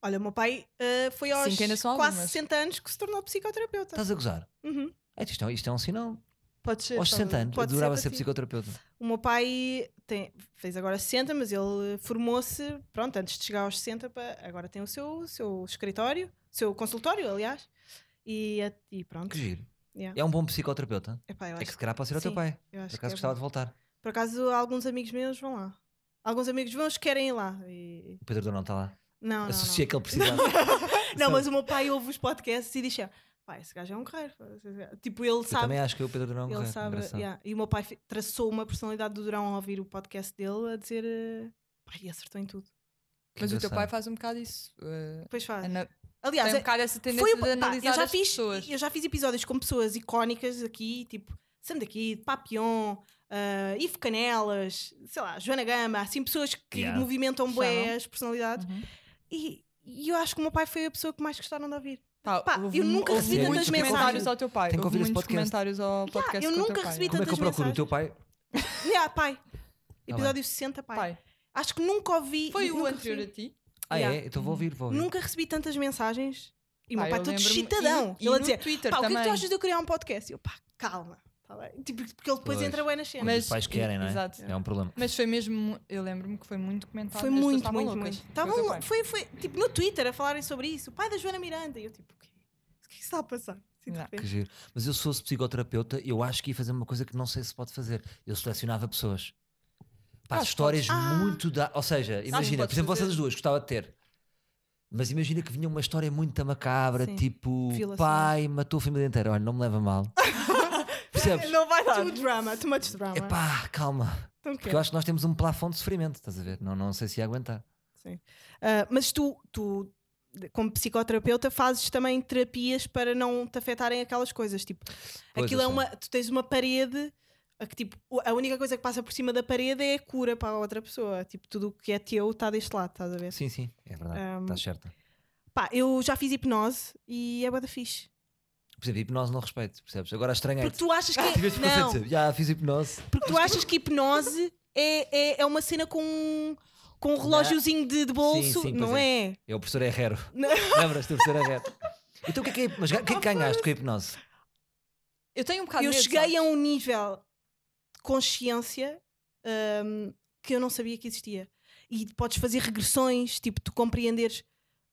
Olha, o meu pai ah, foi aos
Sim, ainda são
quase
algumas.
60 anos que se tornou psicoterapeuta.
Estás a gozar?
Uhum.
É, isto, é, isto é um sinal.
Pode ser.
Aos 60
talvez.
anos,
pode ser
adorava
para
ser,
ti.
psicoterapeuta.
O meu pai tem, fez agora 60, mas ele formou-se, pronto, antes de chegar aos 60, para, agora tem o seu, seu escritório, seu consultório, aliás. E, a- e pronto.
Que giro.
Hum. Yeah.
É um bom psicoterapeuta.
Epá, eu
É
acho,
que se calhar pode ser o teu
sim,
pai.
eu acho
Por
que é
acaso gostava
bom.
de voltar.
Por acaso, alguns amigos meus vão lá. Alguns amigos meus querem ir lá. E...
O Pedro Dão está lá.
Não, não, não.
Associa
*laughs*
que ele precisava.
Não, mas o meu pai ouve os podcasts e diz: sempre, pá, esse gajo é um guerreiro. Tipo, ele
Eu também
sabe.
acho que o Pedro Dão é um
Ele
correto,
sabe.
engraçado.
yeah. E o meu pai fi- traçou uma personalidade do Durão ao ouvir o podcast dele a dizer: eh, pá, e acertou em tudo.
Que
Mas o teu
engraçado.
pai faz um bocado isso. eh,
Depois faz.
ana-
Aliás,
tem um
é-
bocado essa
foi
tendência
o.
de
Pá,
analisar
eu, já
as
fiz,
pessoas.
eu já fiz episódios com pessoas icónicas aqui, tipo, Sam daqui, Papion, eh, Ivo Canelas, sei lá, Joana Gama, assim, pessoas que
Yeah.
movimentam bué
Chamam.
as personalidades.
Uhum.
E, e eu acho que o meu pai foi a pessoa que mais gostaram de ouvir.
Pá,
Pá,
houve
eu
mu-
nunca
houve
recebi
muitos
tantas mensagens.
comentários ao teu pai.
Tenho que
Houve
ouvir esse
muitos
podcast.
comentários ao podcast.
eu
com o teu
nunca
pai.
recebi
Como é que eu
tantas
procuro o teu
mensagens.
pai?
Yeah, pai.
Tá bem.
Episódio 60, pai.
Pai,
Acho que nunca ouvi.
Foi o
nunca
anterior a
Recebi,
ti.
Ah,
Yeah.
é? Então vou ouvir, vou ouvir.
nunca recebi tantas mensagens. E o
Pá,
meu pai
eu
todo
lembro-me-
excitadão.
E, e
ele a
no
dizer:
Twitter
pá, o que é que tu
também.
achas de eu criar um podcast? E eu, pá, calma. tá bem. Tipo, porque ele depois
Pois.
entra bem nas cenas.
Mas-
Os pais querem, não é?
Exato.
É um problema.
Mas foi mesmo, mu- eu lembro-me que foi muito comentado.
Foi
as pessoas
muito,
estavam é
muito,
loucas
muito.
com o
Estavam
teu
lou-
pai.
foi, foi, tipo, no Twitter a falarem sobre isso. O pai da Joana Miranda. E eu, tipo, o quê? O que é que está a passar? Assim, de
Yeah.
Que
repente.
giro. Mas eu se fosse psicoterapeuta, eu acho que ia fazer uma coisa que não sei se pode fazer. Eu selecionava pessoas. Pá,
Acho que
histórias
podes. Ah.
muito da. Ou seja, imagina, por
podes
exemplo,
fazer.
vocês duas gostava de ter. Mas imagina que vinha uma história muito macabra,
Sim.
tipo
Violações.
pai matou a família inteira. Olha, não me leva
*laughs*
mal. Percebes?
Não vai dar. Too drama, too much drama.
Epá, calma.
Então,
Porque
quero.
eu acho que nós temos um plafond de sofrimento, estás a ver? Não, não sei se ia aguentar.
Ah, mas tu, tu, de- como psicoterapeuta, fazes também terapias para não te afetarem aquelas coisas. Tipo,
Pois,
aquilo
eu
é
sei.
uma. Tu tens uma parede. A que, tipo, o- a única coisa que passa por cima da parede é a cura para a outra pessoa. Tipo, tudo o que é teu está deste lado, estás a ver?
Sim, sim, é verdade.
Ahm.
Estás certa.
Pá, eu já fiz hipnose e é bué da fixe.
Por exemplo, hipnose não respeito, percebes? Agora estranhei.
Porque tu achas que.
Ah, Tiveste
É...
preconceito,
Não,
sempre. já fiz hipnose.
porque tu achas que hipnose é, é, é uma cena com um, com um relógiozinho de, de
sim,
bolso,
pois
não é?
É o professor
*laughs*
Herrero.
Não.
Lembras-te do professor Herrero? Então o que é que, é, mas, o que, é que ganhaste com a hipnose?
Eu tenho um bocado
eu
medo,
cheguei
sabes?
a um nível de consciência hum, que eu não sabia que existia. E podes fazer regressões, tipo, tu compreenderes.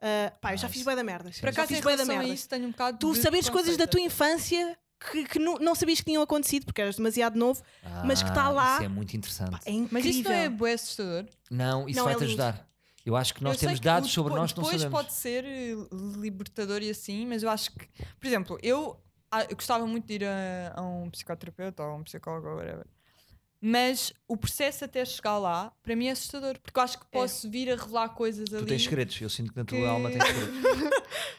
ah, pá, eu já
Ah,
fiz
isso-
bué da merdas.
Por
já
acaso,
fiz
em
bué da
relação a
merdas.
isso, tenho um bocado
Tu
de
saberes coisas da tua
preconceito.
infância que, que nu- não, sabias que tinham acontecido porque eras demasiado novo. Mas que tá
Ah,
lá.
Isso é muito interessante.
Pá, é incrível.
Mas isso não é bué assustador?
Não, isso
Não, é
vai-te
lindo.
ajudar. Eu acho que nós
Eu sei
temos
que
dados
o
sobre
depo-
nós que não
Depois
sabemos.
pode ser eh, libertador e assim, mas eu acho que, por exemplo, eu, ah, eu gostava muito de ir a, a um psicoterapeuta ou a um psicólogo ou whatever. Mas o processo até chegar lá, para mim é assustador, porque eu acho que posso vir a revelar coisas
Tu
ali.
tens segredos. Eu sinto que na tua
que-
alma tens
*laughs*
segredos.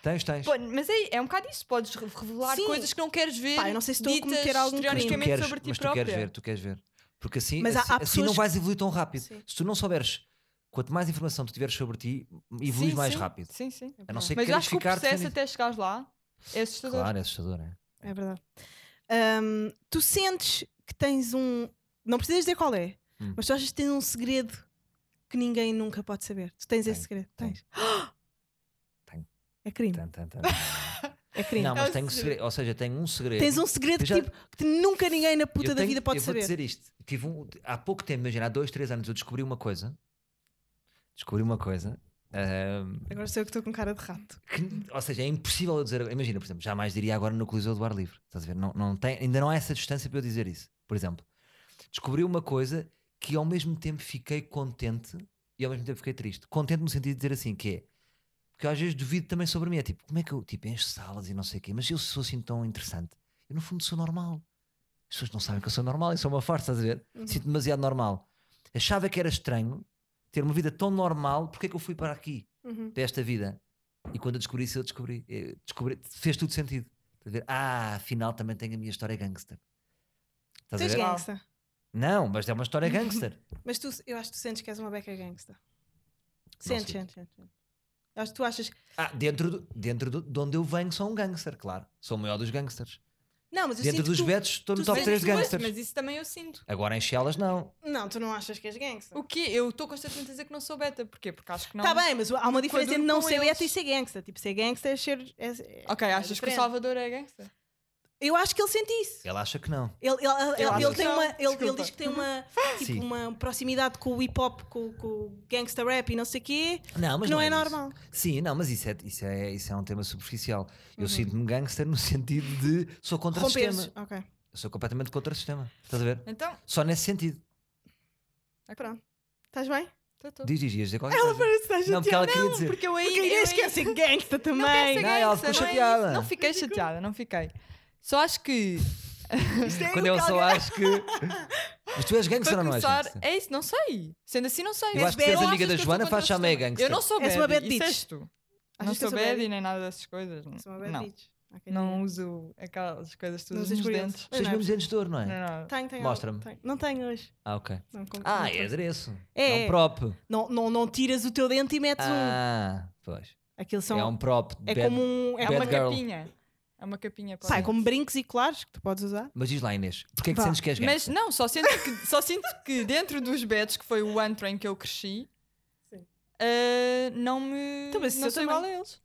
tens, tens.
Pô, mas é, é um bocado isso, podes re- revelar
Sim.
coisas que não queres ver.
Pá, eu não sei se estou a
ditas
cometer algum
mas tu
teoricamente
queres,
sobre ti
mas tu
própria.
queres ver, tu queres ver. Porque assim,
Mas há-
assim,
há
assim
pessoas
não
que-
vais evoluir tão rápido.
Sim.
Se tu não souberes, quanto mais informação tu tiveres sobre ti, evoluís
Sim,
mais
sim.
rápido.
Sim, sim.
A não ser que
Mas eu
queiras
acho que o
ficar
processo
definido.
até chegares lá é assustador.
Claro, é assustador, é?
É verdade. Hum, tu sentes que tens um. Não precisas dizer qual é,
Hum.
mas tu achas que tens um segredo que ninguém nunca pode saber. Tu tens esse
Tenho,
segredo.
tenho.
Tens. *gasps*
Tenho.
É crime.
Tan, tan, tan.
É crime.
Não,
É
mas
um
tenho
segredo.
segredo. Ou seja, tenho um segredo.
Tens um segredo
Eu já-
que, tipo, que nunca ninguém na puta
Eu
da
tenho-
vida pode
eu vou
saber.
dizer isto. Tive um- há pouco tempo, imagina, há dois, três anos, eu descobri uma coisa. Descobri uma coisa. ahm,
Agora sou eu que estou com cara de rato.
que- ou seja, é impossível eu dizer. Imagina, por exemplo, jamais diria agora no Coliseu do Ar Livre. Estás a ver? Não, não tem, ainda não há essa distância para eu dizer isso. Por exemplo, descobri uma coisa que ao mesmo tempo fiquei contente e ao mesmo tempo fiquei triste. Contente no sentido de dizer assim, que é. Porque eu às vezes duvido também sobre mim. É tipo, como é que eu tipo, encho salas e não sei o quê, mas eu sou assim tão interessante. Eu no fundo sou normal. As pessoas não sabem que eu sou normal e sou uma farsa, estás a ver?
Uhum.
Sinto-me demasiado normal. Achava que era estranho ter uma vida tão normal, porque é que eu fui para aqui?
Uhum.
para esta vida. E quando eu descobri isso, eu descobri. eh, descobri fez tudo sentido. Estás a ver? Ah, afinal também tenho a minha história gangster. Estás
Tu és
a ver?
gangsta.
Não, mas é uma
*laughs*
história gangster.
Mas tu, eu acho que tu sentes que és uma beca gangsta. Sentes,
sinto.
sentes, sentes. sentes. Acho que tu achas.
ah, dentro, do- dentro do- de onde eu venho, sou um gangster, claro. Sou o maior dos gangsters.
Não, mas eu
dentro
sinto
dos
que tu...
betos, estou no
tu
top
sentes
3
que tu és-
gangsters.
Mas isso também eu sinto.
Agora em Chelas, não.
Não, tu não achas que és gangsta.
O quê? Eu estou constantemente a dizer que não sou beta. Porquê? Porque acho que não.
Tá bem, mas há uma diferença
Quando
entre não
com
ser
eles-
beta e ser gangsta. Tipo, ser gangsta é ser. é- é-
Ah.
Ok,
é
achas que o
diferente.
Salvador é gangster?
Eu acho que ele sente isso.
Ele acha que não.
Ele, ele, ele-
Eu
ele
acho que
tem
não.
uma, ele, ele
Desculpa.
diz que tem uma,
Uhum. Sim.
tipo, uma proximidade com o hip hop, com, com o gangsta rap e não sei o quê,
Não, mas
que não, é,
isso.
normal.
Sim, não, mas isso é, isso é, isso é um tema superficial. Eu
Uhum.
sinto-me gangster no *laughs* sentido de sou contra o
Romperes.
sistema.
Ok,
Eu sou completamente contra o sistema. Estás a ver?
Então,
Só nesse sentido.
pronto. Estás bem?
tá tudo.
Diz, é diz, dias dizer qualquer coisa.
Estás
Não, porque
chateada?
ela queria dizer.
Porque eu aí.
Porque a
eu
Inês
aí-
quer ser *laughs* gangsta é
Não quero
tá também. né?
ser
Não, ela
gangster,
ficou
não é
chateada.
isso. Não fiquei chateada, não fiquei. Só acho que.
é
Quando eu só acho que. Mas tu és gangster
Para
ou não és
começar,
gangster?
é isso, não sei. Sendo assim, não sei.
Eu acho que se
Não
és
achas
amiga
que
da
eu sou
Joana,
contra o
faz-te chamar
sistema?
gangster.
Eu não sou
És
bad.
uma bad
isso
bitch.
és tu.
Achas
não
que eu
sou
sou bad?
bad e nem nada dessas coisas.
Sou uma bad
Não,
bitch. Ok,
não uso aquelas coisas
Não
todas
usas
nos
brilhantes.
dentes.
Vocês
Não, não.
mesmos dentes de ouro, não é?
Não, não.
Tenho, tenho.
Mostra-me.
Tenho. Não tenho hoje.
Ah, ok.
Não, com-
Ah,
não
é
tenho.
adereço.
É,
É um
é.
prop.
Não, não, não tiras o teu dente e metes um.
Ah, pois.
Aquilo são.
É um prop.
é
bad-
como um. É
É uma
Bad girl.
capinha. É uma capinha. pode
Sai
ser.
como brincos e claros que tu podes usar.
Mas diz lá, Inês, porquê é que
Vá.
sentes que és
Mas
gangster?
não, só sinto que, só sinto que dentro dos bets, que foi o antro em que eu cresci,
Sim.
ah, não me.
Então, mas isso
não
eu
sou
também.
igual a eles.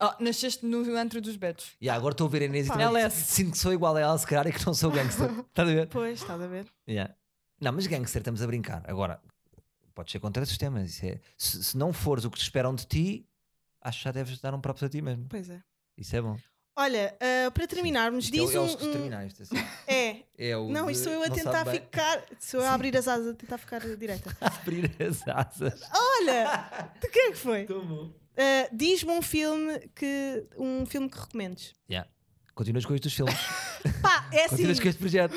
Ah, nasceste no antro dos betos.
E agora estou a ver a Inês e
Pá,
também
ela é-
sinto que sou igual a ela, se calhar, e que não sou gangster. Estás a ver?
Pois, estás a ver?
Yeah. Não, mas gangster, estamos a brincar. Agora, pode ser contra o sistema. isso é- Se, se não fores o que te esperam de ti, acho que já deves dar um próprio a ti mesmo.
Pois é.
Isso é bom.
Olha, ah, para terminarmos,
Isto é o-
diz
é
um.
os que se
um-
terminar isto, assim.
É,
É o
não,
de
isto sou eu a
não
tentar
sabe bem
ficar. Sou eu a abrir as asas, a tentar ficar direita.
*laughs* Abrir as asas.
Olha, de quem é que foi? Ah, Diz-me um filme que. Um filme que recomendes.
Yeah. Continuas com isto dos
*laughs*
filmes.
Pá, é assim.
Continuas com este
*laughs*
projeto.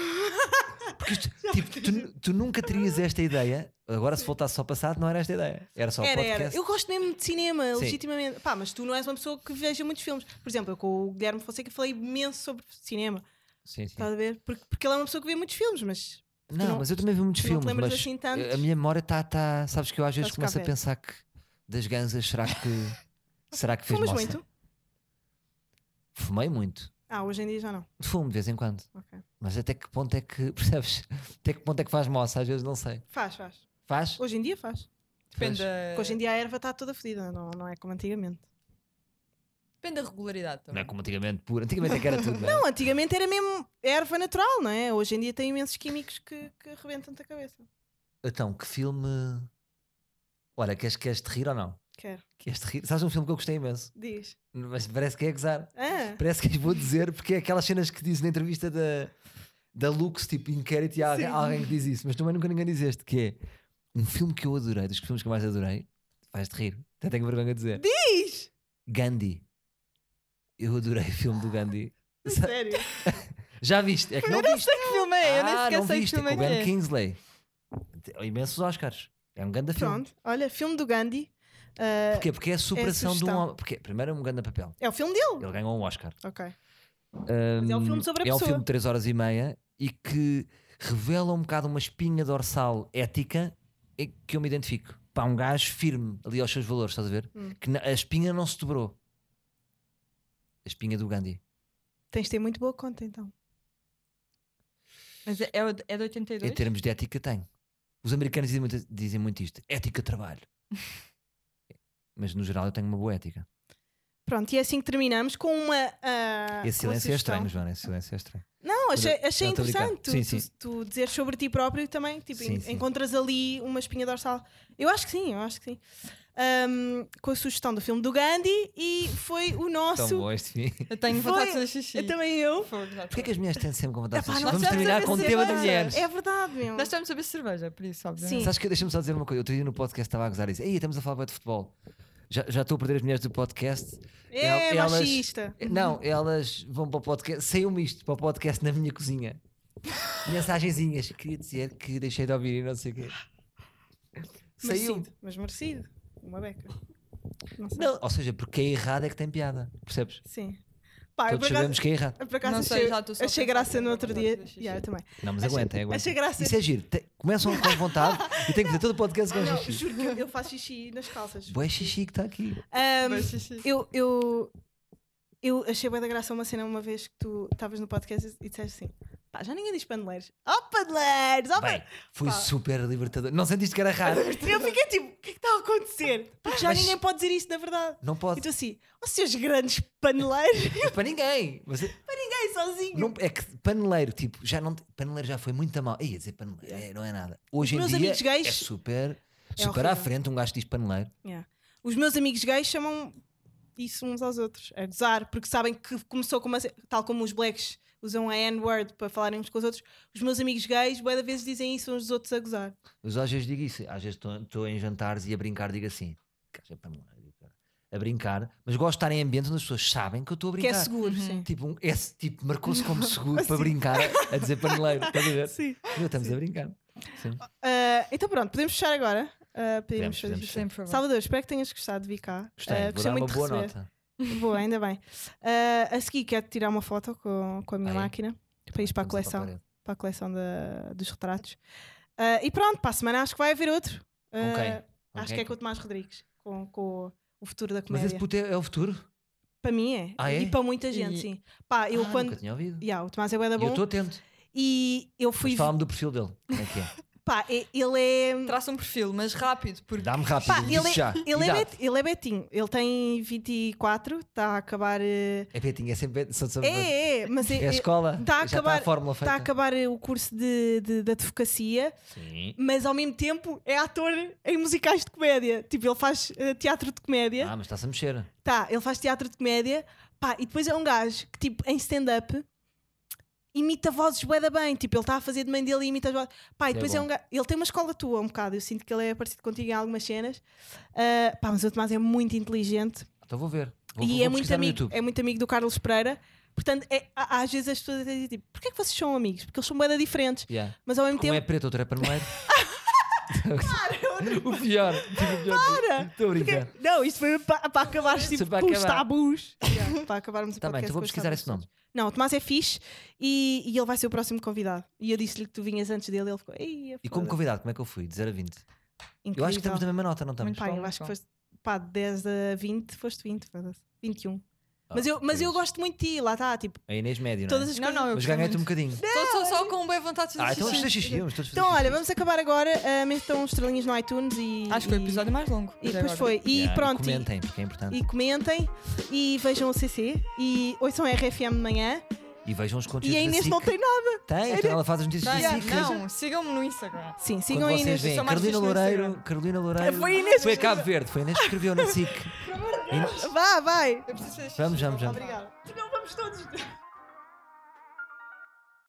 Porque isto, tipo, tu, tu nunca terias esta ideia. Agora, se voltasse só ao passado, não era esta ideia. Era só o
Era,
podcast.
era. Eu gosto mesmo de cinema,
Sim.
legitimamente. Pá, mas tu não és uma pessoa que veja muitos filmes. Por exemplo, eu com o Guilherme Fonseca falei imenso sobre cinema.
Sim, sim.
Estás a ver? Porque, porque ele é uma pessoa que vê muitos filmes, mas.
Não,
Tá, não-
mas eu também vi muitos
tu não te
filmes.
lembras
mas
assim tantos.
A minha memória está. Tá, sabes que eu às vezes
Tá-se
começo a
cá
pensar que das ganzas, será
*laughs*
que. será que fez
Fumas
moça?
muito?
Fumei muito.
Ah, hoje em dia já não.
Fumo de vez em quando.
Ok.
Mas até que ponto é que. *laughs* Percebes? Até que ponto é que faz moça? Às vezes não sei.
Faz, faz.
Faz?
Hoje em dia faz.
Pois.
Depende. da-
Porque hoje em dia a erva está toda fodida, não, não é como antigamente.
Depende da regularidade
Não
também.
é como antigamente puro. Antigamente é que era tudo, não é?
Não, antigamente era mesmo erva natural, não é? Hoje em dia tem imensos químicos que, que arrebentam-te a cabeça.
Então, que filme. Olha, queres, queres te rir ou não?
Quero.
Queres te rir? Sabes um filme que eu gostei imenso?
Diz.
Mas parece que é gozar.
Ah,
Parece que lhes vou dizer, porque é aquelas cenas que diz na entrevista da, da Lux, tipo inquérito, e há alguém,
Sim.
há alguém que diz isso, mas também nunca ninguém diz este, que é um filme que eu adorei, dos filmes que eu mais adorei, faz-te rir, até tenho vergonha de dizer.
diz!
Gandhi. Eu adorei o filme do Gandhi. Sa-
Sério.
Já viste? É que não viste.
Que filme é? Eu nem
Ah,
sequer
não
sei que
viste, é com
filme é
o
que
Ben
é.
Kingsley. Tem Imensos Oscars. É um grande filme.
Pronto. Olha, filme do Gandhi. Ah,
Porquê? Porque é a superação de um
sugestão.
homem. Porque primeiro é um grande papel.
é o filme dele.
Ele ganhou um Oscar.
Ok. Mas é um filme sobre a
é um
pessoa.
filme de 3 horas e meia e que revela um bocado uma espinha dorsal ética em que eu me identifico. Pá, um gajo firme ali aos seus valores, estás a ver?
Hum.
Que na- a espinha não se dobrou. A espinha do Gandhi.
Tens de ter muito boa conta, então.
Mas é, é o de- é de
Em
82?
termos de ética, tem. Os americanos dizem muito, dizem muito isto: ética de
*laughs*
trabalho. Mas no geral eu tenho uma boa ética.
Pronto, e é assim que terminamos com uma. ah,
Esse
uma
silêncio é
sugestão.
estranho, Joana. Esse silêncio é estranho.
Não, achei,
Mas eu-
achei
não, tô a brincar.
interessante. Tu,
Sim,
tu- tu dizeres sobre ti próprio também. Tipo,
Sim,
en-
sim.
encontras ali uma espinha dorsal. Eu acho que sim, eu acho que sim. Ahm, com a sugestão do filme do Gandhi e foi o
Tão
nosso.
bom este fim.
Eu tenho
Foi-
vontade de fazer xixi.
Eu também eu.
Fogo, já
Porquê é
tô-
que as mulheres têm sempre com vontade de
Epá,
fazer
nós
Vamos
estamos a
terminar
ver
com o tema de
cerveja.
mulheres.
É assim. verdade mesmo.
Nós estamos a beber cerveja, é por isso, obviamente.
Sim.
Sabes que deixa-me só dizer uma coisa. Outro dia no podcast estava a gozar e disse: Ei, estamos a falar bué de futebol. Já, já estou a perder as mulheres do podcast.
É,
El- elas-
machista.
Não, elas vão para o podcast. Saiu-me isto para o podcast na minha
*laughs*
cozinha. Mensagenzinhas. Queria dizer que deixei de ouvir e não sei o quê. Saiu.
Merecido, mas merecido. Uma beca. Não sei.
Não, ou seja, porque é errado é que tem piada. Percebes?
Sim. Pá, eu
Todos
por acaso,
sabemos que é errado.
eu por acaso
Não sei,
achei,
já estou só a
achei
pensar
graça
que
no
é
outro
uma
dia.
coisa xixi.
Yeah, eu também.
Não, mas
Achei-
aguentem, aguentem.
achei graça.
Isso é giro. Te- Começam com vontade e tem que fazer todo o podcast com
Não,
xixi.
juro que eu- eu faço xixi nas calças.
Boé xixi que está aqui.
Ahm,
Beber xixi.
eu, eu, eu achei bem da graça uma cena uma vez que tu estavas no podcast e- e disseste assim: pá, já ninguém diz paneleiros. Oh, paneleiros! Oh,
Bem,
pan-"
foi
Pá.
super libertador. Não sentiste que era raro.
Eu fiquei tipo: o que é que está a acontecer? Porque já
Mas-
ninguém pode dizer isso na verdade.
Não
E
pode.
tu assim: ó, seus grandes paneleiros, *laughs*
Mas para ninguém. Você-
ninguém sozinho.
Não- é que paneleiro, tipo, já não, paneleiro já foi muito a mal. Ia dizer paneleiro, é, não é nada. Hoje em
meus
dia
amigos gays- é
é super, super
horrível.
à frente um gajo que diz paneleiro.
Yeah. Os meus amigos gays chamam isso uns aos outros, a gozar, porque sabem que começou com uma. ce- Tal como os blacks usam a N-word para falarem uns com os outros, os meus amigos gays, boa da vezes dizem isso uns dos outros a gozar.
Mas às vezes digo isso, às vezes estou em jantares e a brincar digo assim, gajo é paneleiro, cara. a brincar, mas gosto de estar em ambientes onde as pessoas sabem que eu estou a
Que é
brincar.
seguro, sim.
Tipo, um- esse tipo marcou-se
*laughs*
como seguro para brincar a dizer paneleiro. Estás a ver?
Sim.
Meu, estamos a brincar. Sim.
Ah, então pronto, podemos fechar agora. Ah, podemos
Podemos,
fazer
podemos.
isto.
Sempre foi bom.
Salvador, espero que tenhas gostado de vir cá.
Gostei,
Ah,
vou dar uma
de
boa
receber.
nota.
Boa, ainda bem. Ah, a seguir quero tirar uma foto com, com a minha
Ah, é?
máquina para ir para a
Vamos
coleção.
parede.
para a coleção da- dos retratos. Ah, e pronto, para a semana acho que vai haver outro. Ah,
Ok,
Acho
ok.
que é com o Tomás Rodrigues, com, com o futuro da
Mas
comédia.
esse puto é, é o futuro?
Para mim é.
Ah, é?
E para muita gente,
E-
sim. Pá, eu
Ah,
quando.
Nunca tinha ouvido.
Yeah, o Tomás é bué da
E eu
bom.
estou atento.
E eu fui.
Mas fala-me do perfil dele. Como é que é?
Pá, e- ele é.
Traça um perfil, mas rápido, porque
Dá-me rápido,
Pá,
diz
ele, é-
já.
ele, é
Idade.
bet- ele é Betinho. Ele tem 24, está a acabar. eh,
É Betinho, é sempre Bet- só- só- É,
É, é, mas é-
a
é-
escola.
tá a
já
acabar-
está a fórmula feita.
está a acabar eh, o curso de, de, de advocacia.
Sim.
mas ao mesmo tempo é ator em musicais de comédia. Tipo, ele faz eh, teatro de comédia.
Ah, mas está-se a mexer.
Tá, ele faz teatro de comédia. Pá, e depois é um gajo que, tipo, em stand-up imita vozes bué da bem. Tipo, ele está a fazer de mãe dele e imita as vozes. Pá, e
É
depois é,
bom.
um gajo. Ele tem uma escola tua, um bocado. Eu sinto que ele é parecido contigo em algumas cenas. Ah, pá, mas o Tomás é muito inteligente
Então vou ver. Vou,
e
vou
é, muito
pesquisar no
amigo,
YouTube.
é muito amigo do Carlos Pereira. Portanto, é- há- às vezes as pessoas até dizem tipo, porquê é que vocês são amigos? Porque eles são bué da diferentes.
Yeah.
Mas ao mesmo
Um é
tempo.
preto, outro é paneleiro. *laughs* o pior. Tipo, o pior.
é Para!
Estou a brincar.
Porque- não, isto foi para, para acabar tipo,
Isso é? para
com os
acabar.
tabus. Yeah, para acabarmos o
Está bem,
podcast
então vou
com os
pesquisar
tabus.
esse nome.
Não, o Tomás é fixe e, e ele vai ser o próximo convidado. E eu disse-lhe que tu vinhas antes dele ele ficou. "Ei,
E como
foda-se."
convidado, como é que eu fui? De 0 a 20.
Incrível.
Eu acho que estamos na mesma nota, não estamos?
Muito
Pá, eu
Bom,
acho que
bom.
foste. Pá, de 10 a 20, foste 20, foda-se. 21.
Ah,
Mas, eu, mas eu gosto muito de ti, lá está. Tipo,
A Inês Médio, não
todas
é?
as
Não,
coisas.
não, eu
Mas
gostei
ganhei-te um
muito.
bocadinho.
Estou só com boa vontade de fazer
Ah, então vamos
xixi.
fazer xixi. Vamos todos fazer
Então,
xixi.
olha, vamos acabar agora. Ah, metam estrelinhas no iTunes e.
Acho que foi o
e-
episódio mais longo.
E
até
depois
agora.
foi. E
Yeah,
pronto. e-
Comentem, porque é importante.
E comentem e vejam o CC e ouçam a RFM de manhã.
E, vejam os conteúdos
E a Inês
da
não tá-
SIC.
tem nada.
Tem, então ela faz as notícias
Tá,
da SIC.
não, sigam-me no Instagram.
Sim,
Quando
sigam a
vocês
Inês.
veem
sou mais
Carolina
fixe no
Loureiro,
Instagram.
Carolina Loureiro.
Foi a Inês
Foi a
que
Cabo Verde, foi a Inês que
*laughs*
escreveu na SIC.
Vá, vai.
Eu preciso fazer xixi. então,
Vamos, vamos, vamos.
Obrigada. Não vamos todos.